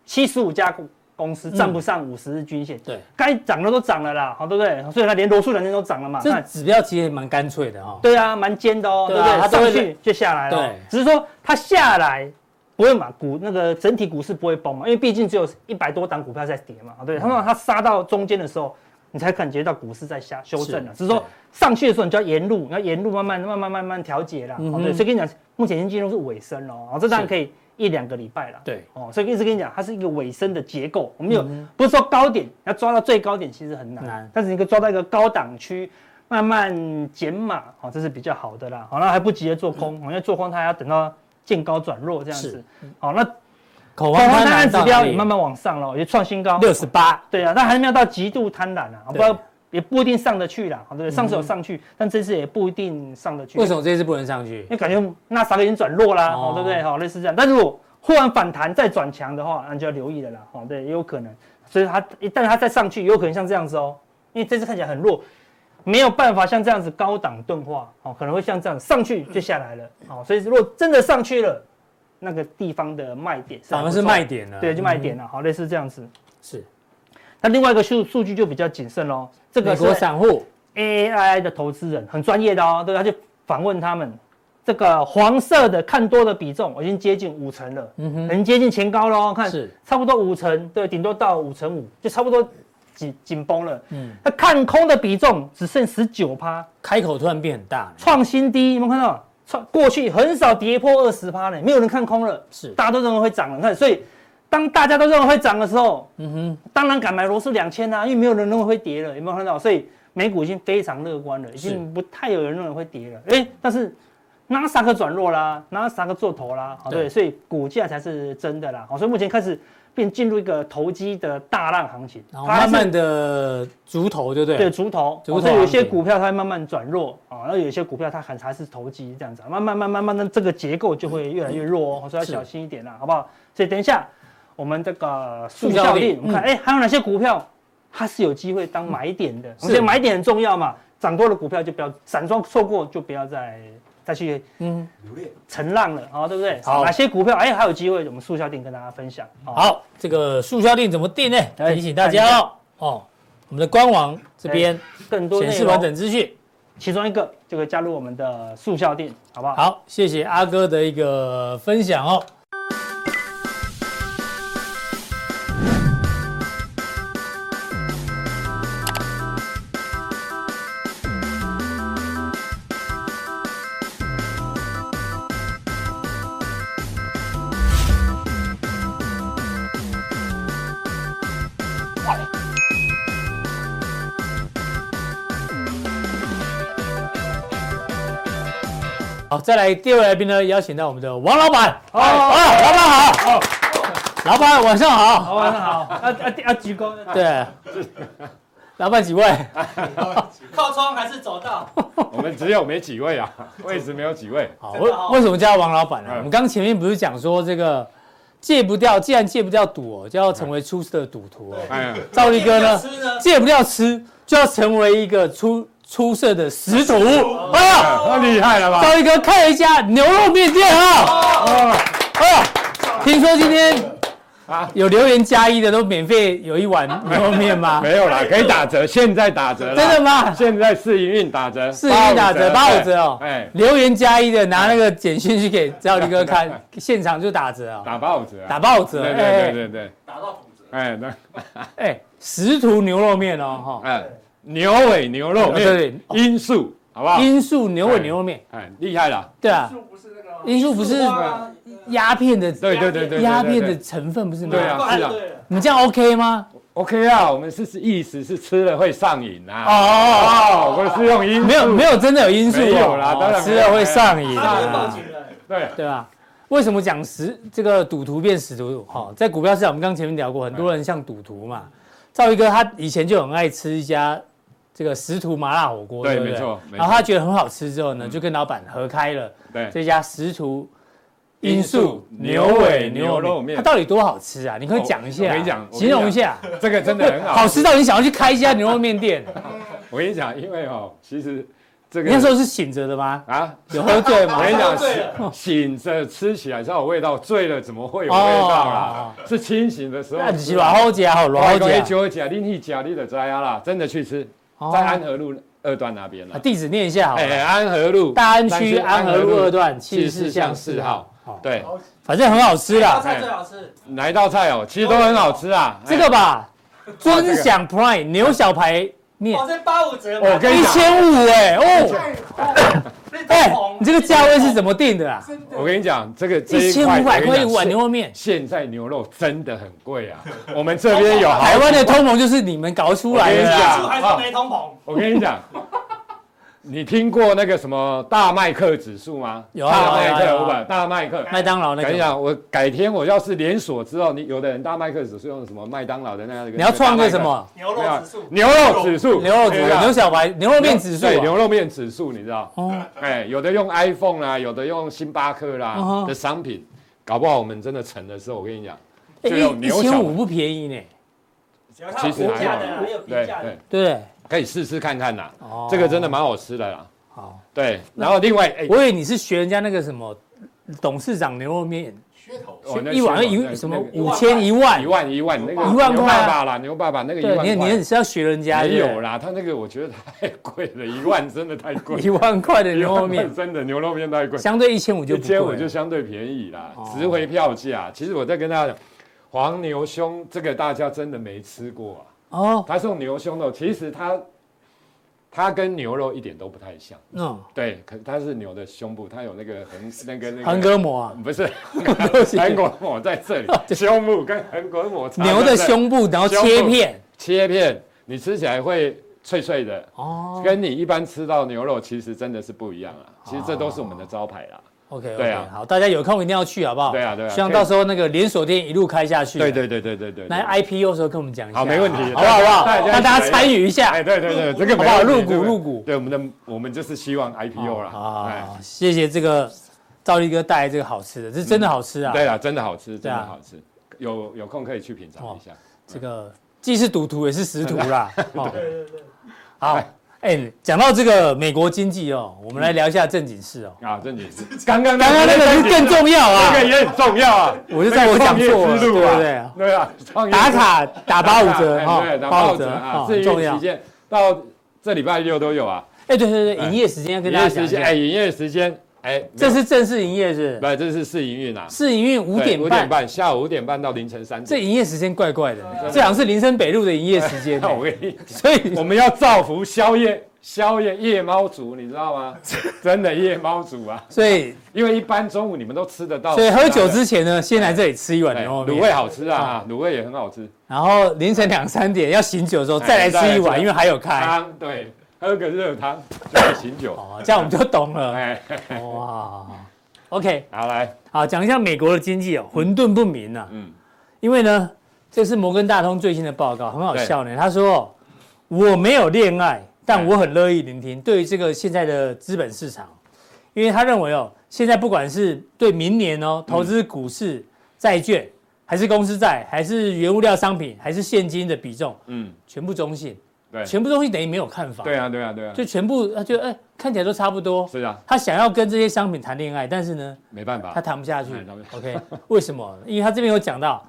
七十五家公司站不上五十日均线，
嗯对，
该涨的都涨了啦，好对不对？所以它连罗素两天都涨了嘛，
这
看
指标其实也蛮干脆的哈。
对啊，蛮尖的哦，
对
对
啊
不
它
对？
都会
上去就下来了哦，
对
只是说它下来不会嘛，股那个整体股市不会崩嘛，因为毕竟只有一百多档股票在跌嘛，
嗯
对不对？它让它杀到中间的时候。你才感觉到股市在下修正了，
是
只是说
对
上去的时候，你就要沿路，你要沿路慢慢、慢慢、慢慢调节啦。
嗯
哦
哼
对，所以跟你讲，目前已经进入是尾声了哦，哦这当
是
然可以一两个礼拜了。
对，
哦，所以一直跟你讲，它是一个尾声的结构。我们有、
嗯
不是说高点，要抓到最高点其实很难，
难
但是你可以抓到一个高档区，慢慢减码，哦，这是比较好的啦。好、那还不急着做空，哦因为做空它还要等到见高转弱这样
嗯
子
是。嗯
好、那
恐
恐
慌
慌
贪
贪
婪
婪指
到哪
标也
里？
慢慢往上了，也创新高，
六十八，
对啊，但还没有到极度贪婪啊，不
对嗯
知道也不一定上得去啦，好对不对？上次有上去，但这次也不一定上得去。
为什么这次不能上去
因？为感觉纳斯达克已经转弱啦，
哦
哦，对不对？哈、类似这样。但如果忽然反弹再转强的话，那你就要留意了啦，哦，对，也有可能。所以它一旦它再上去，有可能像这样子哦，因为这次看起来很弱，没有办法像这样子高档钝化，哦，可能会像这样上去就下来了，哦，所以如果真的上去了，那个地方的卖点还
反
不
而是
错
卖，点了。啊嗯
对，就卖点了，好、类似这样子。
是
那另外一个数数据就比较谨慎喽，这
美
个是
国散户
AI 的投资人，很专业的哦，对，他就访问他们，这个黄色的看多的比重已经接近五成了，
嗯哼
很接近前高喽，看
是
差不多五成，对，顶多到五成五，就差不多紧紧绷了。
嗯
嗯，那看空的比重只剩十九趴，
开口突然变很大，
创新低，你们看到创过去很少跌破二十趴呢，没有人看空了，
是
大家都认为会涨了，你看，所以当大家都认为会涨的时候，
嗯哼，
当然敢买罗素两千啊，因为没有人认为会跌了，有没有看到？所以美股已经非常乐观了，已经不太有人认为会跌了。哎、但是纳斯达克转弱啦，纳斯达克做头啦，好哦对，
对
所以股价才是真的啦。好，哦所以目前开始便进入一个投机的大浪行情，
然后
它还
慢
是
慢的竹头，对不
对
对？
竹头，
竹头
哦所以有些
行情
股票它会慢慢转弱啊，那、有些股票它还还是投机这样子啊，慢慢慢慢慢慢，这个结构就会越来越弱哦，所以要
是
小心一点啦，好不好？所以等一下我们这个速
速效
效
力
力，我们看哎、还有哪些股票它是有机会当买点的，
是
所以买点很重要嘛，涨多的股票就不要，散装错过就不要再再去
嗯，
乘浪了，好、对不对？
好
哪些股票哎、还有机会，我们速效定跟大家分享。好
好，这个速效定怎么定呢？
哎
提醒大家哦，哦，我们的官网这边
更哎多
显
内
示完
容，
整资讯。
其中一个就可以加入我们的速效定，好不好？
好，谢谢阿哥的一个分享哦。好，再来第二位来宾呢，邀请到我们的王老板。
好
哎
好
啊老板好，老板晚上好。
好，晚上好，啊啊啊，鞠躬。
对，老板几位？
靠窗还是走道？
我们只有没几 位啊，位置没有几位。
好，哎
真的哦
为为什么叫王老板呢？
嗯
我们刚前面不是讲说这个戒不掉，既然戒不掉赌哦，就要成为出色的赌徒哦。
哎呀，
赵力哥呢
吃，呢？
戒不掉吃，就要成为一个出出色的食徒。哎呀，
那厉害了吧？
赵力哥
哦
开了一家牛肉面店啊！哎呀，听说今天
啊
有留言加一的都免费有一碗牛肉面吗？
没有啦，可以打折，现在打折啦。
真的吗？
现在试营运打折，
试营运打折八五折哦
对哎，
留言加一的拿那个简讯去给赵力哥 看，现场就打折哦，
打八五折啊，
打八五折，
对
哎
对对对对，
打到骨折。
哎，那
哎，十图牛肉面哦，哈，
哎，牛尾牛肉
哦对对对
面，因素好不好？
罂粟牛尾牛肉面，
哎，厉害了，
对啊，
树不是那个吗
罂粟不是
花啊
鸦片的
对对对对，对
鸦
对
片
对
的成分不是吗？
对啊
啊
是啊
对了
你这样 OK 吗？
OK 啊，我们是是意思是吃了会上瘾啊。
哦
哦，我是用因素
没有没有，真的有罂粟哦
没有啦
哦
当然
吃了
没
会
有
上瘾
他
啊
直接
啊
报。警了。
对，啊
对吧？为什么讲实这个赌徒变死徒？哈、在股票市场，我们刚前面聊过，很多人像赌徒嘛。赵一哥他以前就很爱吃一家这个石徒麻辣火锅，
对
不对？
没错没错
然后他觉得很好吃之后呢，就跟老板合开了
对，
这家石徒
罂粟牛尾牛肉面哦
它到底多好吃啊？你可以讲一下、
我我跟你讲我跟你
形容一下，
这个真的很好。
好吃到你想要去开一家牛肉面 店。
我跟你讲，因为哦，其实这
你
个
那时候是醒着的吗？
啊，
有喝醉
我
吗？
跟你讲，
醉
醒
了
醒着吃起来才有味道，醉了怎么会有味道啦？是清醒的时候
那不是
吃
老
啊。
好家哦，老好
老公
家。
酒假，你去假你的摘啊啦，真的去吃，
哦
在安和路二段那边
啊
了。
地址念一下好了。
哎，安和路
大安区安和路二，段七十四巷四号，
三区对，
反正很好吃
大
哎
啦。
菜最好吃，
哪一道菜哦？其实都很好吃啊。
这个吧，尊享 Prime 牛小排面
哦，这八五折嘛，
我跟
一
你讲
千五哎哦，
太哦那
哎
太红，
你这个价位是怎
么？
么定的啊？
真的
哎，我跟你讲，这个这
一
一块
千五百
我跟你
块一
讲
碗牛肉面，
现在牛肉真的很贵啊！我们这边有好
台湾的通膨就是你们搞出来的啊
我跟你
啦
讲。
树还哎是没通膨，
我跟你讲， 你听过那个什么大麦克指数吗？
有啊
大麦
有啊有
克
啊
五百，大麦克。
麦当劳那
跟你
个，
讲，我改天我要是连锁之后，你有的人大麦克指数用什么麦当劳的那个，
你要创个什
大麦克？
么
牛肉指
啊
数，
牛肉指数，
牛肉指
对啊
牛小排牛肉面指数
对，牛
啊？
肉面指数，你知道？
哦，
哎，有的用 iPhone 啦，有的用星巴克
嗯
啦
哼
的商品，搞不好我们真的成的时候，我跟你讲，
哎
就有
一一
牛
千
小
五
排，
不便宜呢，
只要它有
其实
平
还
价
好
的，还有平
对
价的
对，，
对不对？
可以试试看看啦，
哦
这个真的蛮好吃的啦。
好。
对，然后另外，哎，
我以为你是学人家那个什么董事长牛肉面，
噱头
哦那
一碗
是
一
那
什么
那个
五千一万
一，万一万那个
一万
牛
块啊
爸爸啦，牛爸爸那个一
对，
万
你
块
你也是要学人家
没
对不对
有啦，他那个我觉得太贵了，一万真的太 贵，
一万块的牛肉
一万
面
块，真的牛肉面太贵，
相对一千五就
一
不
千
贵
五就
了。
相对便宜啦
哦，
值回票价。其实我在跟大家讲，黄牛胸这个大家真的没吃过啊，
哦，
它是用牛胸肉，其实它它跟牛肉一点都不太像，
嗯，
对，可它是牛的胸部，它有那个横那个那
横
个。
膈膜啊，
不是，
不起
韩国抹在 这里，胸部跟韩国抹差
哦牛
在
的
这里
胸部，然后切片。
切片，你吃起来会脆脆的，
哦
跟你一般吃到牛肉其实真的是不一样啊。其实这都是我们的招牌啦。
，OK，
对
OK，
啊
好，大家有空一定要去，好不好？
对啊对啊
希望
可以
到时候那个连锁店一路开下去。啊
对。对对对对对。
来 IPO 的时候跟我们讲一下，
好没问题
好不好？好不好？
大家
让大家参与一下，
哎，对对对，这个
好不好
没问
入
题
股
这个
入股哦
对我们的我们就是希望 IPO 啦。
好好，
哎
好谢谢这个赵力哥带来这个好吃的，这真的好吃啊！
对啦，真的好
对
吃，真
啊哦
的好吃，有有空可以去品尝一下。
这个既是赌徒也是识途 啦。哦，
对对对，
好，哎，讲到这个美国经济哦，我们来聊一下正经事哦。
啊，正经，刚刚
刚刚那个是更重要啊
那，个也很重要啊。
我就在我讲错了，
创业之
对不
路啊，
对？
对啊，创业之
打
路
卡打八五折
哎
哈
对，，打
八
八
五
五
折
折
哈
啊，，
很
自
重
运期
要。
间到这礼拜六都有啊。
哎，对对对，
哎
营业时间要跟
营
大家
业
讲一
时间，哎，
下，
营业时间，哎，
这是正式营业日
没，有不，这是试营运啊，
试营运五
对
点
五
半
点，半，下午五点半到凌晨三
这
点。
营业时间怪怪的，
对
这好像是林森北路的营业时间
那
呢，
我跟 你，
所以
我们要造福宵夜宵夜夜猫族，你知道吗？真的夜猫族啊，
所以
因为一般中午你们都吃得到，
所以喝酒之
前
前哦呢，先来这里吃一碗牛肉
卤味
面，
好吃啊，卤味也很好吃。
然后凌晨两三点要醒酒的时候
哎
再来吃一
再来
碗，
吃啊
因为还有开。
汤对，喝个热汤就是醒酒。
哦，这样我们就懂了。
哎，
哇，OK，
好来，
好，讲一下美国的经济哦，混沌不明啊。
嗯，
因为呢，这是摩根大通最新的报告，很好笑呢。他说：“我没有恋爱，但我很乐意聆听。”对于这个现在的资本市场，因为他认为哦，现在不管是对明年哦，投资股市、债券，还是公司债，还是原物料商品，还是现金的比重，
嗯，
全部中性，
对，
全部中性等于没有看法，
对啊，对啊，对啊，
就全部他觉得哎，看起来都差不多。
是啊，
他想要跟这些商品谈恋爱，但是呢，
没办
他
法，
谈不下去
啊哎谈不。
OK，为什么？因为他这边有讲到，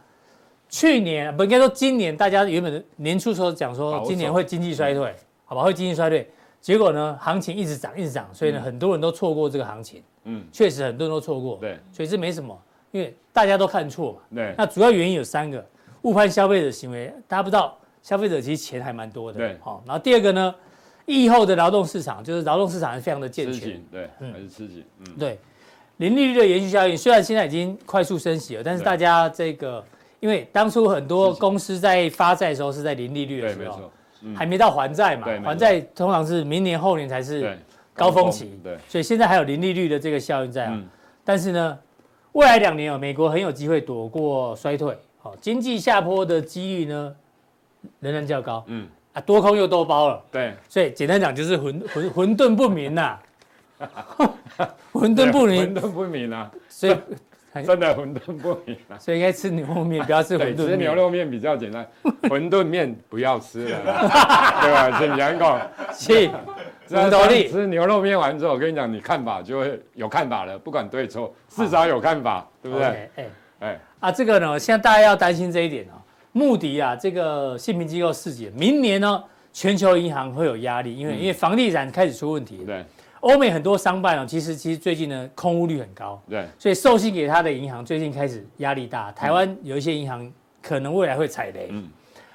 去年不应该说今年，大家原本的年初时候讲
保嗯
说
守
今年会经济衰退，好吧，会经济衰退，结果呢，行情一直涨，一直涨，所以呢，很多人都错过这个行情，
嗯，
确实很多人都错过，
对
所以这没什么，因为大家都看错嘛。
对
那主要原因有三个：误判消费者行为，大家不知道消费者其实钱还蛮多的，
对
好、然后第二个呢，疫后的劳动市场，就是劳动市场还是非常的健
吃
全，
紧，对，
嗯
还是吃紧，嗯，
对，零利率的延续效应虽然现在已经快速升息了，但是
对
大家这个，因为当初很多公司在发债的时候是在零利率的
对，
时
没
候
错，，嗯
还没到还债嘛
对，没错
还债通常是明年后年才是
对
高峰期，
对，
所以现在还有零利率的这个效应在啊。
嗯，
但是呢，未来两年哦，美国很有机会躲过衰退，好、经济下坡的几率呢仍然较高
嗯，
啊，多空又多包了。
对，
所以简单讲就是混混混沌不明呐、 混沌不明
混，沌不明啊，
所以
真的混沌不明啊。
所以应该吃牛肉面，不要吃
对，
馄饨
吃
面。
牛肉面比较 简单，馄饨面不要吃了啦， 对吧？请杨总，
是
这
红头利
吃牛肉面完之后，我跟你讲，你看法就会有看法了，不管对错，至少有看法，对不对？
哦 OK，哎
哎，
啊，这个呢，现在大家要担心这一点哦。穆迪啊，这个信评机构四姐，明年呢，全球银行会有压力，因为、
嗯
因为房地产开始出问题。
对
欧美很多商办哦，其实其实最近呢，空屋率很高，
对，
所以授信给他的银行最近开始压力大。台湾有一些银行可能未来会踩雷。
嗯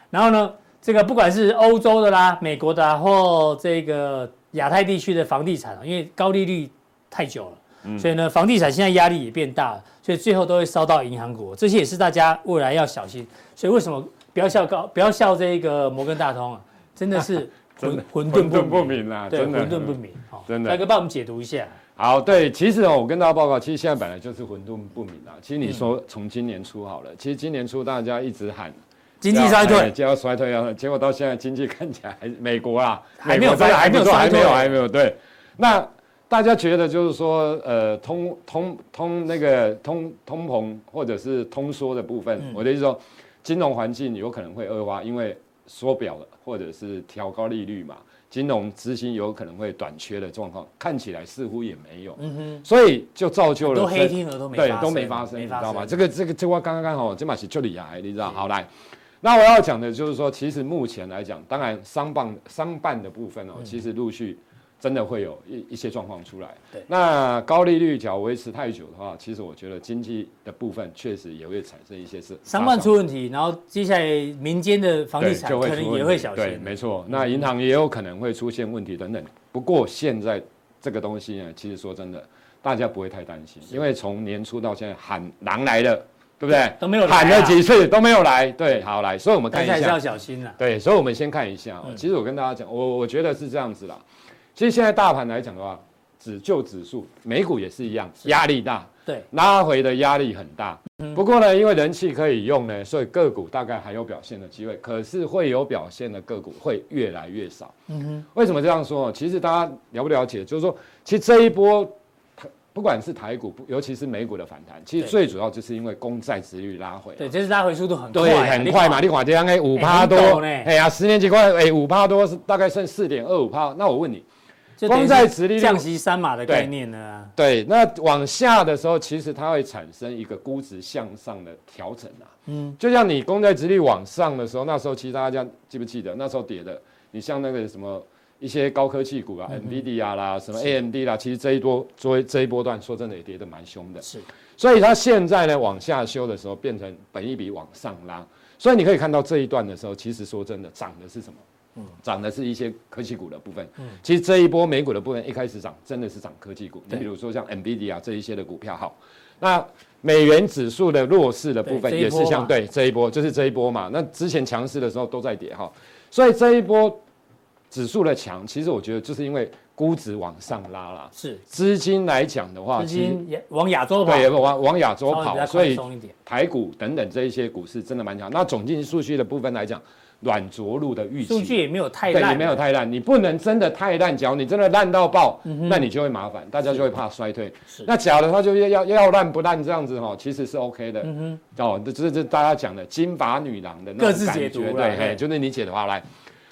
然后呢，这个不管是欧洲的啦、美国的啦，或这个亚太地区的房地产啊，因为高利率太久了，
嗯
所以呢，房地产现在压力也变大了，所以最后都会烧到银行股，这些也是大家未来要小心。所以为什么不要笑高，不要笑这个摩根大通啊，真的 是
真
混混沌
的混沌
不
不
明，
明啊，
对，
真的
混沌不明。好
真的
大哥帮我们解读一下，
好，对，其实哦，我跟大家报告，其实现在本来就是混沌不明啊。其实你说从今年初好了，其实今年初大家一直喊
经济衰
哎
退，
就要衰退要，结果到现在经济看起来还美国啊，
还没有
美国真的
衰
还不错
还
还
没
没
有衰退
有还没有对。那大家觉得就是说，呃，通通通那个通通膨或者是通缩的部
嗯
分，我的意思说，金融环境有可能会恶化，因为缩表了或者是调高利率嘛，金融资金有可能会短缺的状况，看起来似乎也没有，
嗯哼，
所以就造就了
都黑
这
天鹅都没
对
发，
都没
生
发生，你
没
知
发
道吗？
生，
这个这个这话刚刚好，这把是就厉害，你知道？好来，那我要讲的就是说，其实目前来讲，当然商办商办的部
嗯
分哦，其实陆续真的会有一一些状况出来。
对
那高利率假如维持太久的话，其实我觉得经济的部分确实也会产生一些是
商办出问题，然后接下来民间的房地
对，
产
就
可
出
能
问
也会
题
小
对，
心，啊嗯
没错。那银行也有可能会出现问题等等。不过现在这个东西呢，其实说真的，大家不会太担心，因为从年初到现在喊狼来了，对不对？
都没有来啊
喊了几次都没有来，对，好来，所以我们看
但
一
是还是要
下，
小心啦。
对，所以我们先看一下哦、
啊嗯
其实我跟大家讲，我我觉得是这样子啦。其实现在大盘来讲的话，指就指数，美股也是一样，压力大。
对，嗯
拉回的压力很大。不过呢，因为人气可以用呢，所以个股大概还有表现的机会。可是会有表现的个股会越来越少。
嗯哼，
为什么这样说？其实大家了不了解？就是说，其实这一波，台不管是台股，不尤其是美股的反弹，其实
对
最主要就是因为公债殖率拉回。啊
对，这次拉回速度很快
对，
啊，
很
你
快
看
嘛，你看这样哎，五
哎
趴
很
多
陡，呢
哎呀，十年期块，哎，五趴多是大概剩四点二五趴。那我问你，
就等于
光在直利率
降息三码的
对
概念呢、啊。
对，那往下的时候，其实它会产生一个估值向上的调整啊。
嗯
嗯，就像你公债殖率往上的时候，那时候其实大家记不记得那时候跌的？你像那个什么一些高科技股啊、n
嗯
v i d i a 啦、什么 AMD 啦，其实这一波这一这一波段说真的也跌得蛮凶的。
是，
所以它现在呢往下修的时候，变成本一比往上拉。所以你可以看到这一段的时候，其实说真的，涨的是什么？
嗯
涨的是一些科技股的部分。其实这一波美股的部分一开始涨，真的是涨科技股。你
对
比如说像 NVIDIA 这一些的股票，好，那美元指数的弱势的部
对
分
这一
也
波
是
嘛
相对这一波，就是这一波嘛。那之前强势的时候都在跌哈，所以这一波指数的强，其实我觉得就是因为估值往上拉啦。
是
资金来讲的话，
资
啊其实
金也往亚洲跑，
对，往往亚洲
稍微比
跑，
较
所
宽
以
松一点。
台股等等这一些股市真的蛮强。那总经济数据的部分来讲，软着陆的预期，
数据也没有太
对
烂，啊
你没有太烂，你不能真的太烂。假如你真的烂到爆，那你就会麻烦，大家就会怕衰退。那假如它就要要要烂不烂这样子哈，其实是 OK 的。哦，这这这大家讲的金发女郎的那种
各自
感
解
觉
读啦
对，
对
嘿就是你解的话来。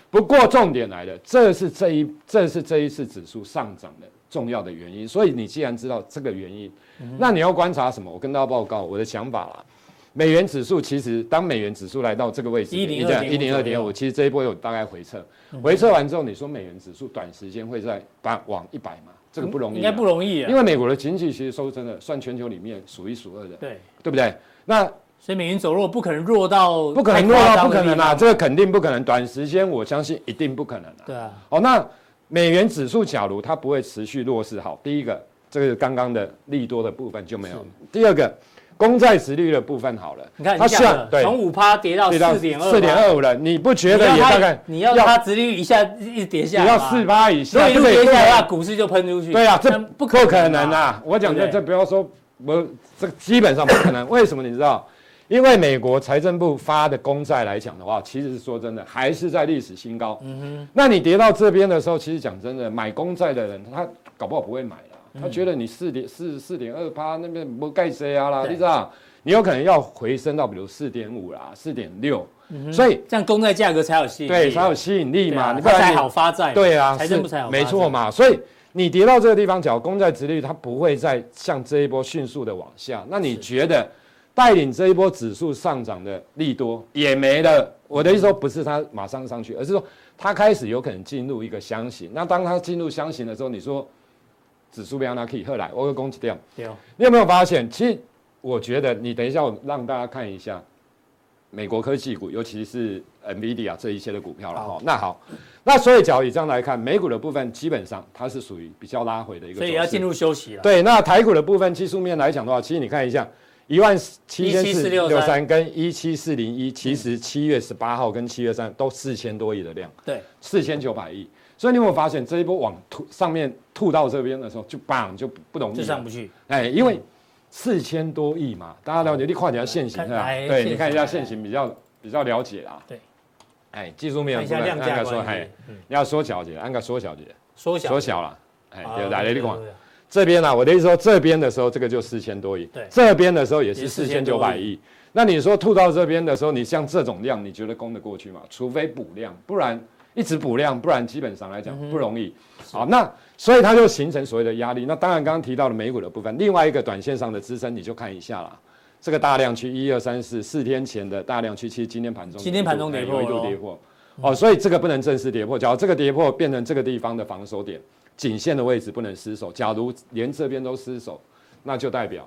不过重点来了，这是这一这是这一次指数上涨的重要的原因。所以你既然知道这个原因，那你要观察什么？我跟大家报告我的想法啦。美元指数其实当美元指数来到这个位置，
102.5
一零二点五，其实这一波有大概回撤，
嗯
回撤完之后，你说美元指数短时间会在把往一百嘛？这个不容易、啊，
应该不容易啊
因。为美国的经济其实说真的，算全球里面数一数二的，
对，
对不对？那
所以美元走弱不可能弱到
不可能弱
太夸
到
张
不可
的
能
地方
啊，这个肯定不可能，短时间我相信一定不可能啊。
对啊，
哦，那美元指数假如它不会持续弱势，好，第一个，这个是刚刚的利多的部分就没有了。第二个，公债值率的部分好了，
你看
它
它
虽
下
然
了，从五趴跌到四点二，
四点，二五了，你不觉
你
得
要
也
它
大概
你要它殖利率一下一直跌
只
下来
要
嘛，
四八以
如
下，
果一
这
路
个也
跌
不
下来，
可能
那股市就喷出去。
对啊，这
但
不
不
可能
能
啊！我讲
对不对
这这不要说我这基本上不可能。为什么你知道？因为美国财政部发的公债来讲的话，其实说真的还是在历史新高。嗯哼，那你跌到这边的时候，其实讲真的，买公债的人他搞不好不会买
嗯
啦，他觉得你四点四四点二趴那边不盖谁啊啦，
对
你知道？你有可能要回升到比如四点五啦、四点六，所以
这样公债价格才有嗯吸引力，啊
对才有吸引力
对啊
嘛，你不
它
然
才
你
好发债嘛，
对啊，
财
是
政部才好发债，
没错嘛。所以你跌到这个地方，缴公债殖率它不会再像这一波迅速的往下。那你觉得带领这一波指数上涨的利多也没了？我的意思说，不是它马上上去，而是说它开始有可能进入一个箱型。那当它进入箱型的时候，你说指数被让它可以后来，我会攻击掉。
对哦。
你有没有发现？其实我觉得，你等一下，我让大家看一下美国科技股，尤其是 NVIDIA 这一些的股票了哈。那好，那所以假如以这样来看，美股的部分基本上它是属于比较拉回的一个走势，
所以要进入休息了。
对。那台股的部分技术面来讲的话，其实你看一下。一万七千四六三
17463
跟一七四零一，其实七月十八号跟七月三都四千多亿的量，
对
四千九百亿。所以你有没有发现这一波往吐上面吐到这边的时候，就棒就不不容易
就
了
上不去。嗯
哎，因为四千多亿嘛，大家了解，你看一下现行
哦
啊
看，哎
对，
现
你看一下
行
现行比较比较了解啦。
对，
哎，技术面
看一下量价
按个说，
关
哎
系，，嗯，
要缩小一点，按个缩小一点，
缩小
缩小了。哎，
啊
对，来了，你看
对
这边啊，我的意思说，这边的时候这个就四千多亿，
对
这边的时候也
也
是
是
四千九百亿。那你说吐到这边的时候，你像这种量，你觉得供得过去吗？除非补量，不然一直补量，不然基本上来
嗯
讲不容易。好，那所以它就形成所谓的压力。那当然，刚刚提到的美股的部分，另外一个短线上的支撑，你就看一下啦。这个大量区一二三四四天前的大量区，其实今天盘中哎
今天盘中跌破
有一度
咯
跌破，哦，所以这个不能正式跌破。假如这个跌破变成这个地方的防守点，颈线的位置不能失守。假如连这边都失守，那就代表，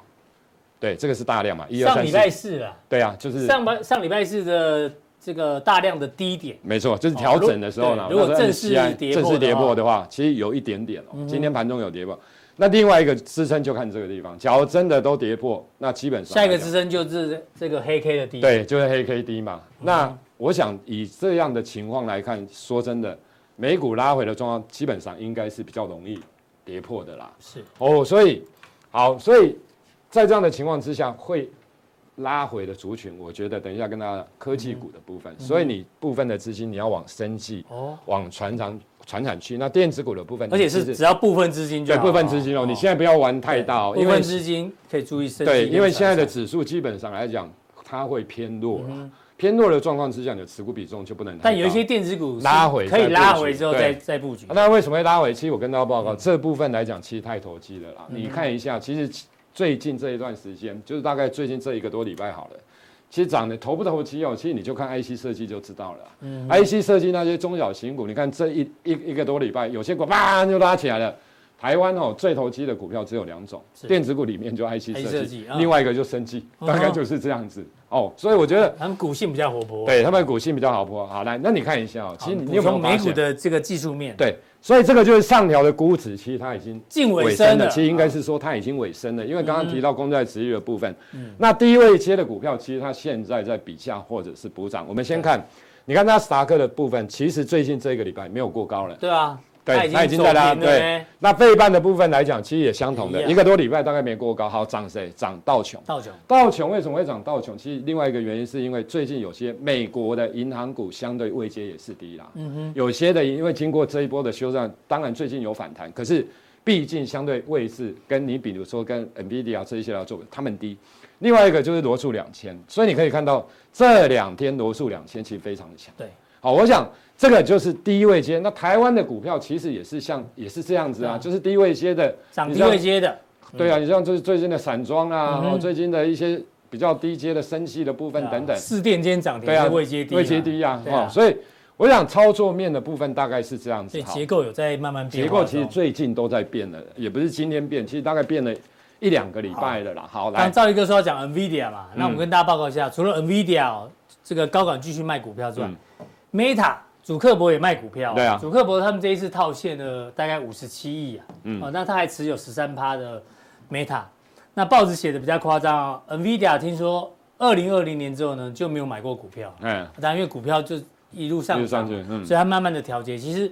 对，这个是大量嘛，一
对
二
上
三
礼拜
四，
四啊，
对啊，就是
上班上礼拜四的这个大量的低点，
没错，就是调整的时候呢
哦。如果
那时候
正式
西安
跌破的
正
话嗯
式跌破的话，其实有一点点哦。今天盘中有跌破，那另外一个支撑就看这个地方。假如真的都跌破，那基本上
下一个
来讲
支撑就是这个黑 K 的低点。
对，就是黑 K D 嘛。那我想以这样的情况来看，说真的，美股拉回的状况基本上应该是比较容易跌破的啦。
是
哦，所以好，所以在这样的情况之下，会拉回的族群，我觉得等一下跟大家科技股的部分，所以你部分的资金你要往生技、
嗯哦，
往船长、船产去，那电子股的部分，
而且
你其
是
实
只要部分资金就
对
好
部分资金哦，你现在不要玩太大哦，
对
因
部
为
分资金可以注意身体
对，
跟
因为现在的
财
指数基本上来讲，它会偏弱啦。偏弱的状况之下，你的持股比重就不能太
嗯但有一
高
些电子股是
拉回
可以
再
拉
布局
回之后再
对
再布局。
啊那为什么会拉尾期？其实我跟大家报告，这部分来讲其实太投机了啦。
嗯
你看一下，其实最近这一段时间，就是大概最近这一个多礼拜好了。其实涨得投不投机哦，其实你就看 IC 设计就知道了。IC
嗯
设计那些中小型股，你看这一一一个多礼拜，有些股叭就拉起来了。台湾哦，最投机的股票只有两种，电子股里面就 IC 设
设
计
计，啊哦
另外一个就生技，大概就是这样子哦。所以我觉得
他们股性比较活泼。
对他们股性比较好破。好，来，那你看一下哦，
好，
其实你
补
你有没有
充
发
美股
现？
的这个技术面？，
对，所以这个就是上调的估值，其实它已经
近尾
尾
声
声
了嗯
了。其实应该是说它已经尾声了，因为刚刚提到公债值率的部分。那低位接的股票，其实它现在在比价或者是补涨。我们先看，你看纳斯达克的部分，其实最近这个礼拜没有过高了。
对啊，它
对，它已经在
走
拉。
平了
对
呢，，
那背半的部分来讲，其实也相同
一
的，
样
一个多礼拜大概没过高。好，涨谁？涨道琼。
道琼
道琼为什么会涨道琼？其实另外一个原因是因为最近有些美国的银行股相对位阶也是低啦，
嗯
有些的因为经过这一波的修正，当然最近有反弹，可是毕竟相对位置跟你比如说跟 NVIDIA 这一些来做，他们低。另外一个就是罗素两千，所以你可以看到这两天罗素两千其实非常的强。
对，
好，我想这个就是低位阶。那台湾的股票其实也是像也是这样子啊，就是低位阶的
涨
你
低
像
位接的，嗯
对啊，你像最最近的散装啊，哦最近的一些比较低阶的升息的部分等等，
啊四电今天涨停
对啊，
是未接低，
未接低啊，
对啊
哦，所以我想操作面的部分大概是这样
所
子
以
哈。
结构有在慢慢变
结
化
构
中。
其实最近都在变了，也不是今天变，其实大概变了一两个礼拜了啦。好，
刚
来嗯
刚，赵力哥说要讲 NVIDIA 嘛，那我们跟大家报告一下，除了 NVIDIA 哦这个高管继续卖股票之外
嗯
，Meta 主克伯也卖股票哦，
对啊
主克伯他们这一次套现了大概五十七亿啊，
嗯
哦，那他还持有十三趴的 Meta，那报纸写的比较夸张哦，NVIDIA 听说二零二零年之后呢就没有买过股票，
嗯，
当然因为股票就一路上
就
涨
上去，嗯，
所以它慢慢的调节，其实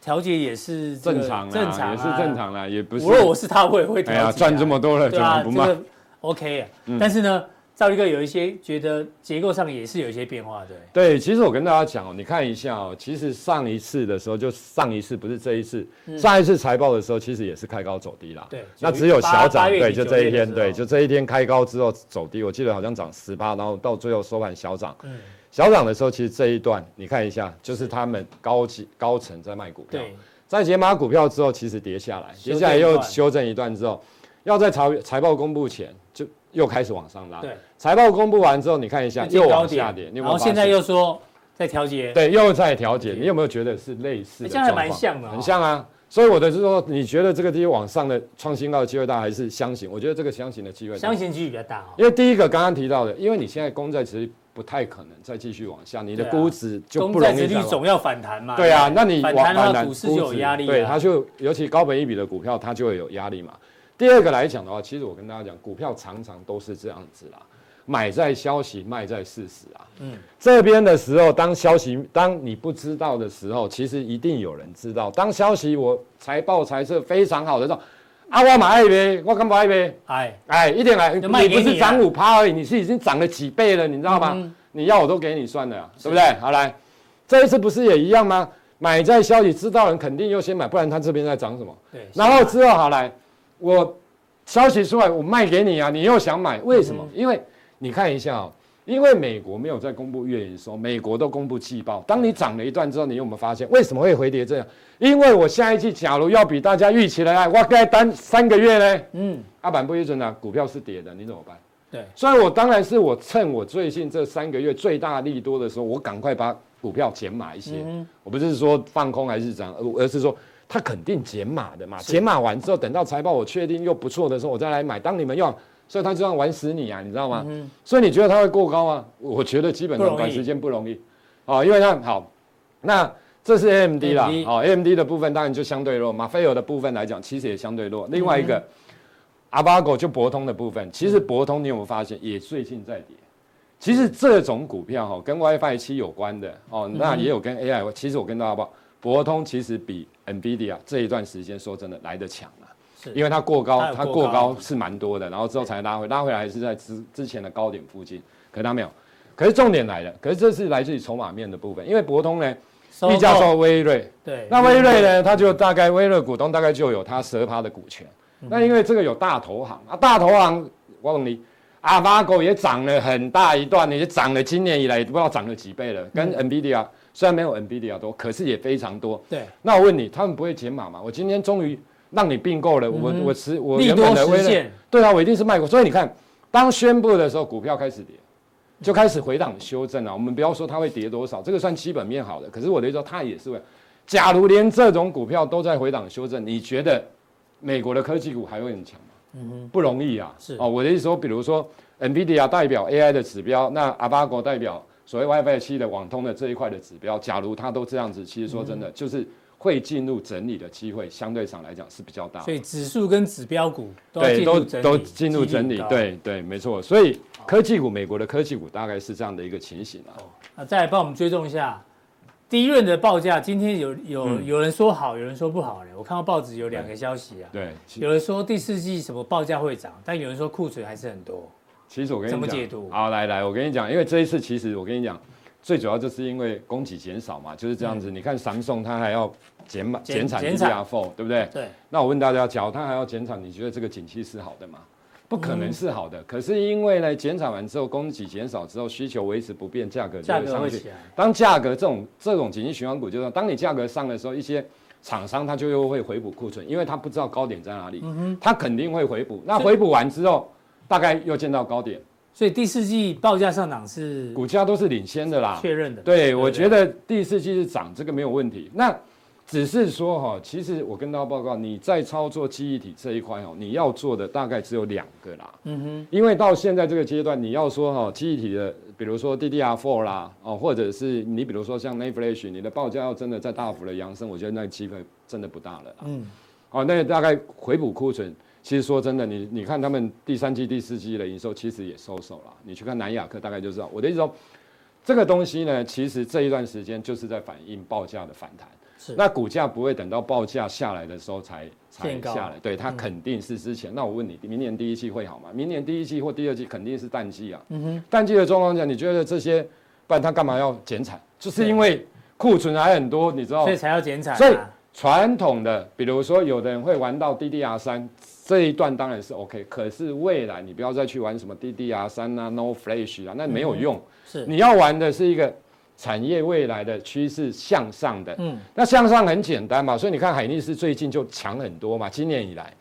调节也是这个
正常啦，
正常啊
也是正。常啦，也不是
如。果我是他，我也会调
哎
节啊、
呀，赚这么多 了，
对
怎
啊，
么不
这
卖？
个 OK 啊。
嗯
但是呢，赵立哥有一些觉得结构上也是有一些变化的。
对，其实我跟大家讲哦，你看一下哦，其实上一次的时候，就上一次不是这一次，上一次财报的时候，其实也是开高走低啦。
嗯对
那
九
只有
八
小
八
涨，
月底
对，就这一
九月的时
天，
候
对，就这一天开高之后走低，我记得好像涨十八，然后到最后收盘小涨。
嗯，
小涨的时候，其实这一段你看一下，就是他们高级高层在卖股票，
嗯对，
在解码股票之后，其实跌下来，
修正
跌下来
一段
又修正一段之后，要在财财报公布前就又开始往上拉。
对，
财报公布完之后，你看一下
就
又
见高
往
点
下跌，你
然
有没有
后
发
现在
现
又说在调节。
对，又在调节，你有没有觉得是类似的
这
状
样
况？
还蛮像的哦
很像啊。所以我的是说，你觉得这个地方往上的创新高的机会大，还是箱型？我觉得这个箱型的机会大，
相信几率比较大哦。
因为第一个刚刚提到的，因为你现在公债其实不太可能再继续往下，你的
对啊
估值就
公
不
债
容
值
易
率
再往。
总要反弹嘛。
对啊，那你
反
往
弹的话，
反
股市就有压力啊。
对，它就尤其高本一比的股票，它就会有压力嘛。第二个来讲的话，其实我跟大家讲，股票常常都是这样子啦，买在消息，卖在事实啊。
嗯
嗯，这边的时候，当消息当你不知道的时候，其实一定有人知道。当消息我财报财测非常好的时候，啊，我买一杯，我干嘛一杯？
哎，
哎，一点来，
就卖给
不
你啊
是涨五趴而已，你是已经涨了几倍了，你知道吗？
嗯
你要我都给你算了啊，对不对？好来，这一次不是也一样吗？买在消息知道人肯定优先买，不然他这边在涨什么？
对。
然后之后好来，我消息出来我卖给你啊，你又想买，为什么？因为你看一下哦，因为美国没有在公布月营收，美国都公布季报。当你涨了一段之后，你有没有发现为什么会回跌这样？因为我下一季假如要比大家预期的来，我该单三个月呢？
嗯，
阿板不一准啊，股票是跌的，你怎么办？
对，
所以我当然是我趁我最近这三个月最大利多的时候，我赶快把股票减码一些。
嗯
我不是说放空还是涨，而而是说它肯定减码的嘛。减码完之后，等到财报我确定又不错的时候，我再来买。当你们用，所以它这样玩死你啊，你知道吗？所以你觉得它会过高吗？我觉得基本
嗯不
上
容易
短时间不容易啊、哦因为它好，那这是 AMD 啦，
AMD
好、a m d 的部分当然就相对弱，马菲尔的部分来讲其实也相对弱。另外一
嗯
个。阿巴狗就博通的部分，其实博通你有没有发现也最近在跌？其实这种股票哈、哦，跟 WiFi 七有关的哦，
嗯
那也有跟 AI。其实我跟大家报，博通其实比 NVIDIA 这一段时间说真的来得强了、
是
因为它过高
它，有
它
过
过
高
高是蛮多的，然后之后才拉回，拉回来还是在之之前的高点附近，可是它没有。可是重点来了，可是这是来自于筹码面的部分，因为博通呢，
收购
溢价收微瑞，
对，
那威
嗯
瑞呢，他就大概威瑞股东大概就有他十二趴的股权。
嗯
那因为这个有大投行啊，大投行我问你，阿巴狗也涨了很大一段，也涨了今年以来也不知道涨了几倍了，跟
嗯
NVIDIA 虽然没有 NVIDIA 多，可是也非常多。
对，
那我问你，他们不会减码吗？我今天终于让你并购了，我我持我
嗯利
原本
多
的威
实
瑞，
现，
对啊，我一定是卖过。所以你看，当宣布的时候，股票开始跌，就开始回档修正啊了。我们不要说它会跌多少，这个算基本面好的。可是我的意思说，它也是会。假如连这种股票都在回档修正，你觉得美国的科技股还会很强吗？不容易啊。
是
哦，我的意思说，比如说 NVIDIA 代表 AI 的指标，那 Avago 代表所谓 WiFi 七的网通的这一块的指标，假如它都这样子，其实说真的，就是会进入整理的机会，相对上来讲是比较大的。
所以指数跟指标股都要
对，
进入
都
整理
都进入
几率
整理
高，
对对，没错。所以科技股，美国的科技股大概是这样的一个情形啊。
啊，再来帮我们追踪一下第一轮的报价。今天有有、
嗯
有人说好，有人说不好嘞。我看到报纸有两个消息啊，
对，其
有人说第四季什么报价会涨，但有人说库存还是很多。
其实我跟你
怎
讲，
么解读
好，来来，我跟你讲，因为这一次其实我跟你讲，最主要就是因为供给减少嘛，就是这样子。你看三送它还要减码
嗯减
减产
减产
DDR4，对不对？
对，
那我问大家，假如它还要减产，你觉得这个景气是好的吗？不可
嗯
能是好的。可是因为呢，减产完之后，供给减少之后，需求维持不变，价格就
价
会
格
上
会
去
起。来。
当价格这种这种景气循环股，就是当你价格上的时候，一些厂商它就又会回补库存，因为它不知道高点在哪里，它肯定会回补。那回补完之后，大概又见到高点，
所以第四季报价上涨是
股价都是领先的啦。
确认的。
对，我觉得第四季是涨，这个没有问题。那只是说哈，其实我跟大家报告，你在操作记忆体这一块哦，你要做的大概只有两个啦。
嗯
因为到现在这个阶段，你要说哈，记忆体的，比如说 DDR4 啦，哦，或者是你比如说像 NAND Flash，你的报价要真的在大幅的扬升，我觉得那个机会真的不大了啦。
嗯
嗯，哦，那大概回补库存，其实说真的，你你看他们第三季、第四季的营收其实也收手了，你去看南亚科大概就知道。我的意思说，这个东西呢，其实这一段时间就是在反映报价的反弹。
是
那股价不会等到报价下来的时候才才
见高嗯
下来，对，它肯定是之前。那我问你，明年第一季会好吗？明年第一季或第二季肯定是淡季
嗯
啊。淡季的状况下，你觉得这些，不然它干嘛要减产？就是因为库存还很多，你知
哼，
道
所以。才要减产、啊。
哦所以传统的，比如说有的人会玩到 DDR 三这一段当然是 OK，可是未来你不要再去玩什么 DDR 三啊、No Flash 啊，那没有用。
嗯是
你要玩的是一个产业未来的趋势向上的，嗯，那向上很简单嘛，所以你看海力士最近就强很多嘛，今年以来，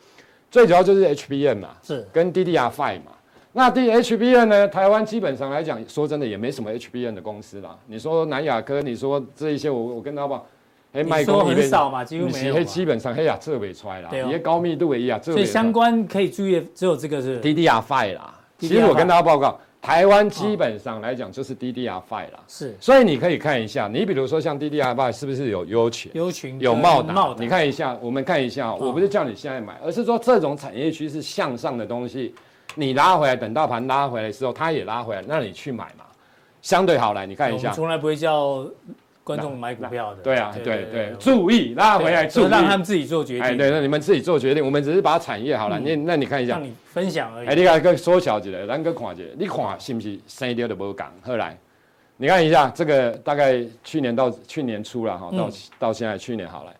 最主要就是 HBM 嘛，
是
跟 DDR5 嘛。那 D HBM 呢？台湾基本上来讲，说真的也没什么 HBM 的公司啦。你说南亚科，你说这一些我，我跟他讲，哎，
你说很少嘛，几乎没有
黑
嘛。
基本上黑亚这尾出来啦，
对哦
也高密度也亚
所
这尾
以
出来。
相关可以注意的只有这个是
DDR5 啦。其实我跟大家报告，台湾基本上来讲就是 DDR5 啦。
是
所以你可以看一下，你比如说像 DDR5 是不是有优权、
优群
有
跟
茂达？
茂达，
你看一下，我们看一下，我不是叫你现在买，而是说这种产业趋势向上的东西，你拉回来，等到盘拉回来之后，它也拉回来，那你去买嘛，相对好来，你看一
我们
下。
从来不会叫观众买股票的。
对啊，对对，注意拉回来，
就
注
是
意。
让他们自己做决
哎，
定，
对，那你们自己做决定，我们只是把产业好了。你那你看一下
让，你分享而
哎，
已。
你来个缩小一下，咱个看一下，你看是不是生掉的无共？后来你看一下，这个大概去年到去年初了哈，到、
嗯
到现在去年好了，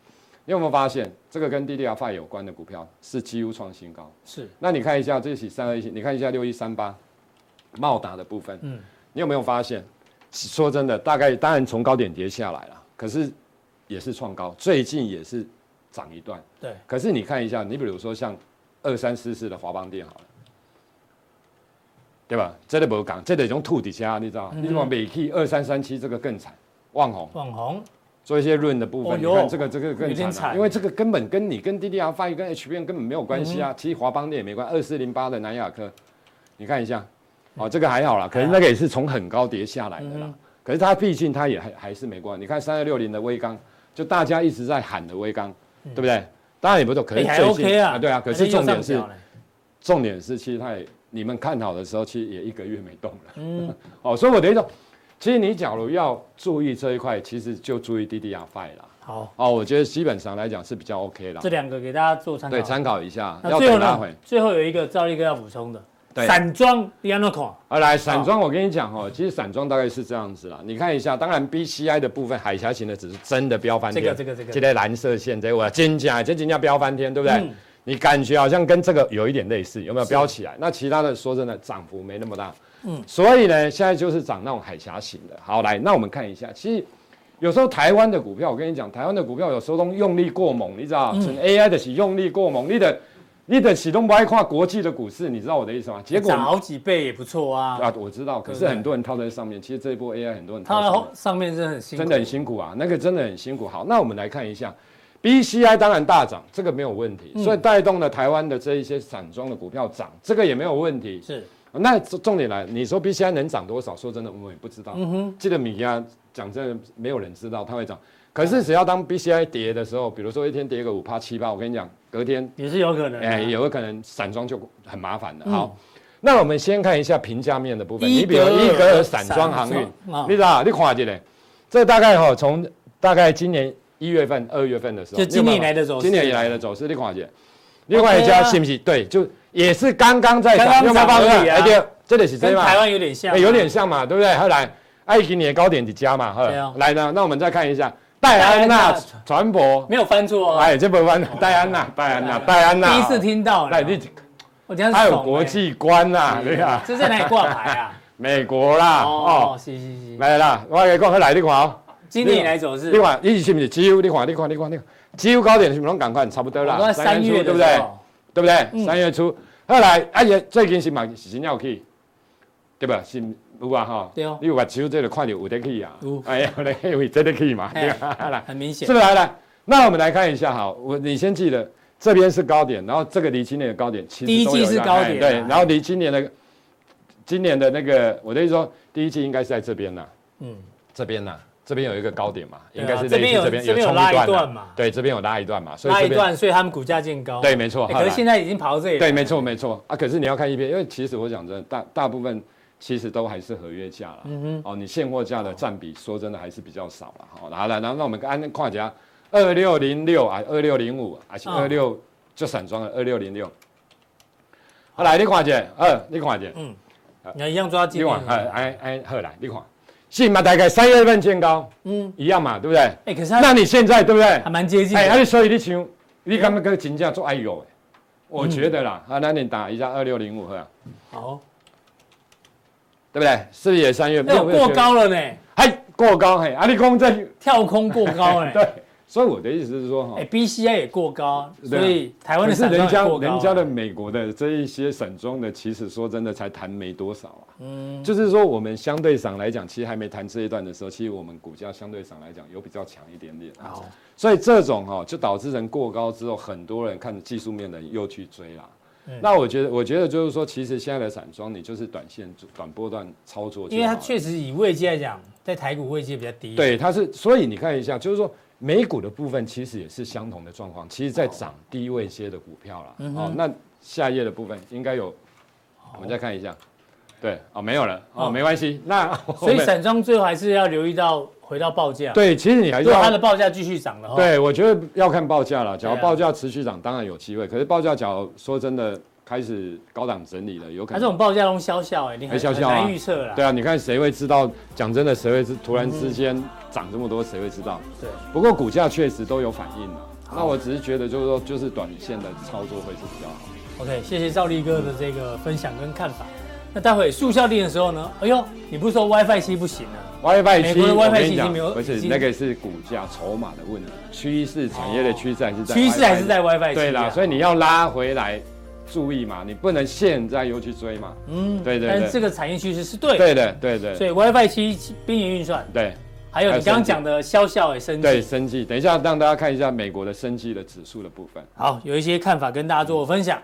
你有没有发现这个跟 DDR5 有关的股票是几乎创新高？
是
那你看一下这起三二一，你看一下六一三八，茂达的部分，
嗯
嗯，你有没有发现？说真的，大概当然从高点跌下来了，可是也是创高，最近也是涨一段。
对，
可是你看一下，你比如说像二三四四的华邦店好了，对吧？这个无讲，这个种吐底下，你知道吗？你往北去二三三七这个更惨，旺红
网红
做一些润的部分，
哦
你
哟
看这个这个
有
更
点
惨、
惨
啊，因为这个根本跟你跟 DDR 发育跟 HBM 根本没有关系啊。其实华邦店也没关，
嗯
二四零八的南亚科，你看一下，哦，这个还
嗯
好啦，可是那个也是从很高跌下来的啦。可是它毕竟它也还还是没关，你看三二六零的微钢，就大家一直在喊的微钢，对不对？当然也不错，可是
哎
最
嗯还
近、
OK 啊，
对啊，可
还
是重点
右
是
上角呢
重点是，其实它也你们看好的时候，其实也一个月没动了。嗯， 哦，所以我的一种，其实你假如要注意这一块，其实就注意 DDR5 啦。
好，
哦，我觉得基本上来讲是比较 OK 啦
这。两个给大家做参考。
对，参考一下，
那
要
最后
等拉回
呢。？最后有一个赵力哥要补充的，
对
散装 d i a n o c o
啊，来散装，我跟你讲哦，其实散装大概是这样子啦。你看一下，当然 BCI 的部分，海峡型的只是真的飙翻天。
这个这个这个
这个蓝色线，这个我真假，这真假飙翻天，对不对？
嗯
你感觉好像跟这个有一点类似，有没有飙起来？那其他的说真的，涨幅没那么大。嗯，所以呢，现在就是涨那种海峡型的。好，来，那我们看一下，其实。有时候台湾的股票，我跟你讲，台湾的股票有时候都用力过猛，你知道，
嗯
纯 AI 的是用力过猛，你的你的启动不爱跨国际的股市，你知道我的意思吗？结果
涨好几倍也不错啊，
啊，我知道，可
对不
是
对
很多人套在上面。其实这一波 AI 很多人
它
套上面
的上面真的很辛苦，
真的很辛苦啊，那个真的很辛苦。好，那我们来看一下，BCI 当然大涨，这个没有问题，
嗯
所以带动了台湾的这一些散装的股票涨，这个也没有问题。
是
那重点来，你说 BCI 能涨多少？说真的，我也不知道。嗯哼，记得米亚讲真的，没有人知道它会涨。可是只要当 BCI 跌的时候，比如说一天跌个五趴七趴，我跟你讲，隔天
也是有可能的。啊
哎、有可能散装就很麻烦的。好，那我们先看一下评价面的部分。
伊
你比
嗯
如
格尔
伊格尔散装航
散
运，
装啊
你知道？你看一下，这大概哈、从大概今年一月份、二月份的时候，
就今年以来的
你有没有
走势哦啊
今年以来的走势，你看一下。另外一家是不是？对，就也是刚刚在
刚刚
涨，你有没有发
涨而已
现？
啊
哎，对，这里是
跟
这嘛
台，湾有点像啊，
哎有点像嘛，对不对？后来，爱给你的高点几家嘛，后
对啊
来来呢，那我们再看一下戴安
戴
娜
安娜
船舶，
没有翻错啊。
哎，这不翻戴安娜，戴安娜，戴安娜，
第一次听到呢，
哎，你
我今天
还
是
有国际观呐、你看
这在哪里挂牌 啊？
美国啦，
哎哦，
哦，
是是是，
来啦，我来讲，来你看哦，
今年以来走势
你，看，你是不是几乎？你看，你看，你看，你看，几乎高点是不是拢赶快差不多
我
啦？
刚才三
月
月
初
的
对
时
不
嗯
对？
候，
对不对？三月初，后来啊也最近是嘛是真要去，对吧？是有啊吼，
对哦
你有目睭这个看到有得去啊
有，
哎呀，嘞，有真的去嘛，
哎
对吧？ 来。
很明显
是。不是来来？那我们来看一下哈，我你先记得这边是高点，然后这个离今年的高点，其实
第一
都有
季是
在
高
哎
点
对
啊，
然后离今年的今年的那个，我的意思说，第一季应该是在这边呐，
嗯，
这边呐，这边有一个高点嘛，
对啊
应该是类似
这边有
这边
这边有
冲
拉一
一
段
呐
嘛
对，这边有拉一段嘛，所以
拉
这
一
边
段，所以他们股价见高。
对，没错。
哎
后
可
来
是现在已经跑到这里。
对，没。错没错啊。可是你要看 E P，因为其实我讲真的，大大部分其实都还是合约价啦。
嗯
哦，你现货价的占比，说真的还是比较少了。好、然后来，然后那我们按看一下，二六零六啊，二六零五还是
嗯
二六、就散装了，二六零六。好来，你看一下，二，你看一下，
哼，你要一样抓
你
今
看，
年。
哎哎哎，好来，你看，是嘛？大概三月份见高，
嗯，
一样嘛，对不对？
哎，可是
那
它
你现在对不对
还？嗯蛮接近
哎，
的。
啊，你所以你想，你刚刚跟金价做哎呦，哎我觉得啦，啊，那你打一下二六零五，好了啊
好，
对不对？是不是也三月？
那有过，高了呢，
哎，过高，嘿，啊，你讲这。
跳空过高呢。
对，所以我的意思是说哈
哎，，BCI 也过高，
对啊
所以台湾
可
的
是
散
人
装
家
也过高。啊
人家的美国的这一些散装的，其实说真的才谈没多少啊。
嗯，
就是说我们相对上来讲，其实还没谈这一段的时候，其实我们股价相对上来讲有比较强一点点。
好，
所以这种哈、就导致人过高之后，很多人看技术面的人又去追啦。
嗯
那我觉得，我觉得就是说，其实现在的散装，你就是短线、短波段操作就好了，
因为它确实以位阶来讲，在台股位阶比较低。，
对，它是，所以你看一下，就是说美股的部分其实也是相同的状况，其实在
哦
涨低位些的股票啦。
嗯
哦，那下一页的部分应该有，我们再看一下。对，哦，没有了，哦，
哦
没关系。那我
所以
们
散装最后还是要留意到回到报价。，
对，其实你还是
如果它
要
的报价继续涨的话，，
对，我觉得要看报价了。假
对
如
啊
报价持续涨，当然有机会。可是报价假如说真的开始高档整理了，有可
它这
能
种报价都消笑哎，你
哎
很
笑
很
笑啊
难预测啦。嗯
对啊，你看谁会知道？讲真的，谁会知？突然之间涨这么多，谁会知道？
对。
不过股价确实都有反应了。那我只是觉得，就是说，就是短线的操作会是比较好。
OK，谢谢赵力哥的这个分享跟看法。那待会速效定的时候呢？哎呦，你不是说 WiFi 七不行啊了？
WiFi
美
七，
国的
我
WiFi
跟
七已
你
经
讲
没有，
不
已
是
经
那个是股价筹码的问题，趋势产业的趋势还是在
哦趋势还是
WiFi
在 WiFi 七、啊。
对啦，所以你要拉回来，注意嘛，你不能现在又去追嘛。
嗯
对对
但
对
是这个产业趋势是对的，
对的，对的，
所以 WiFi 七边缘运算，
对
还有
还
你
有
刚刚
升级
讲的消效也升级，
对，生技。等一下让大家看一下美国的生技的指数的部分。
好，有一些看法跟大家做分享。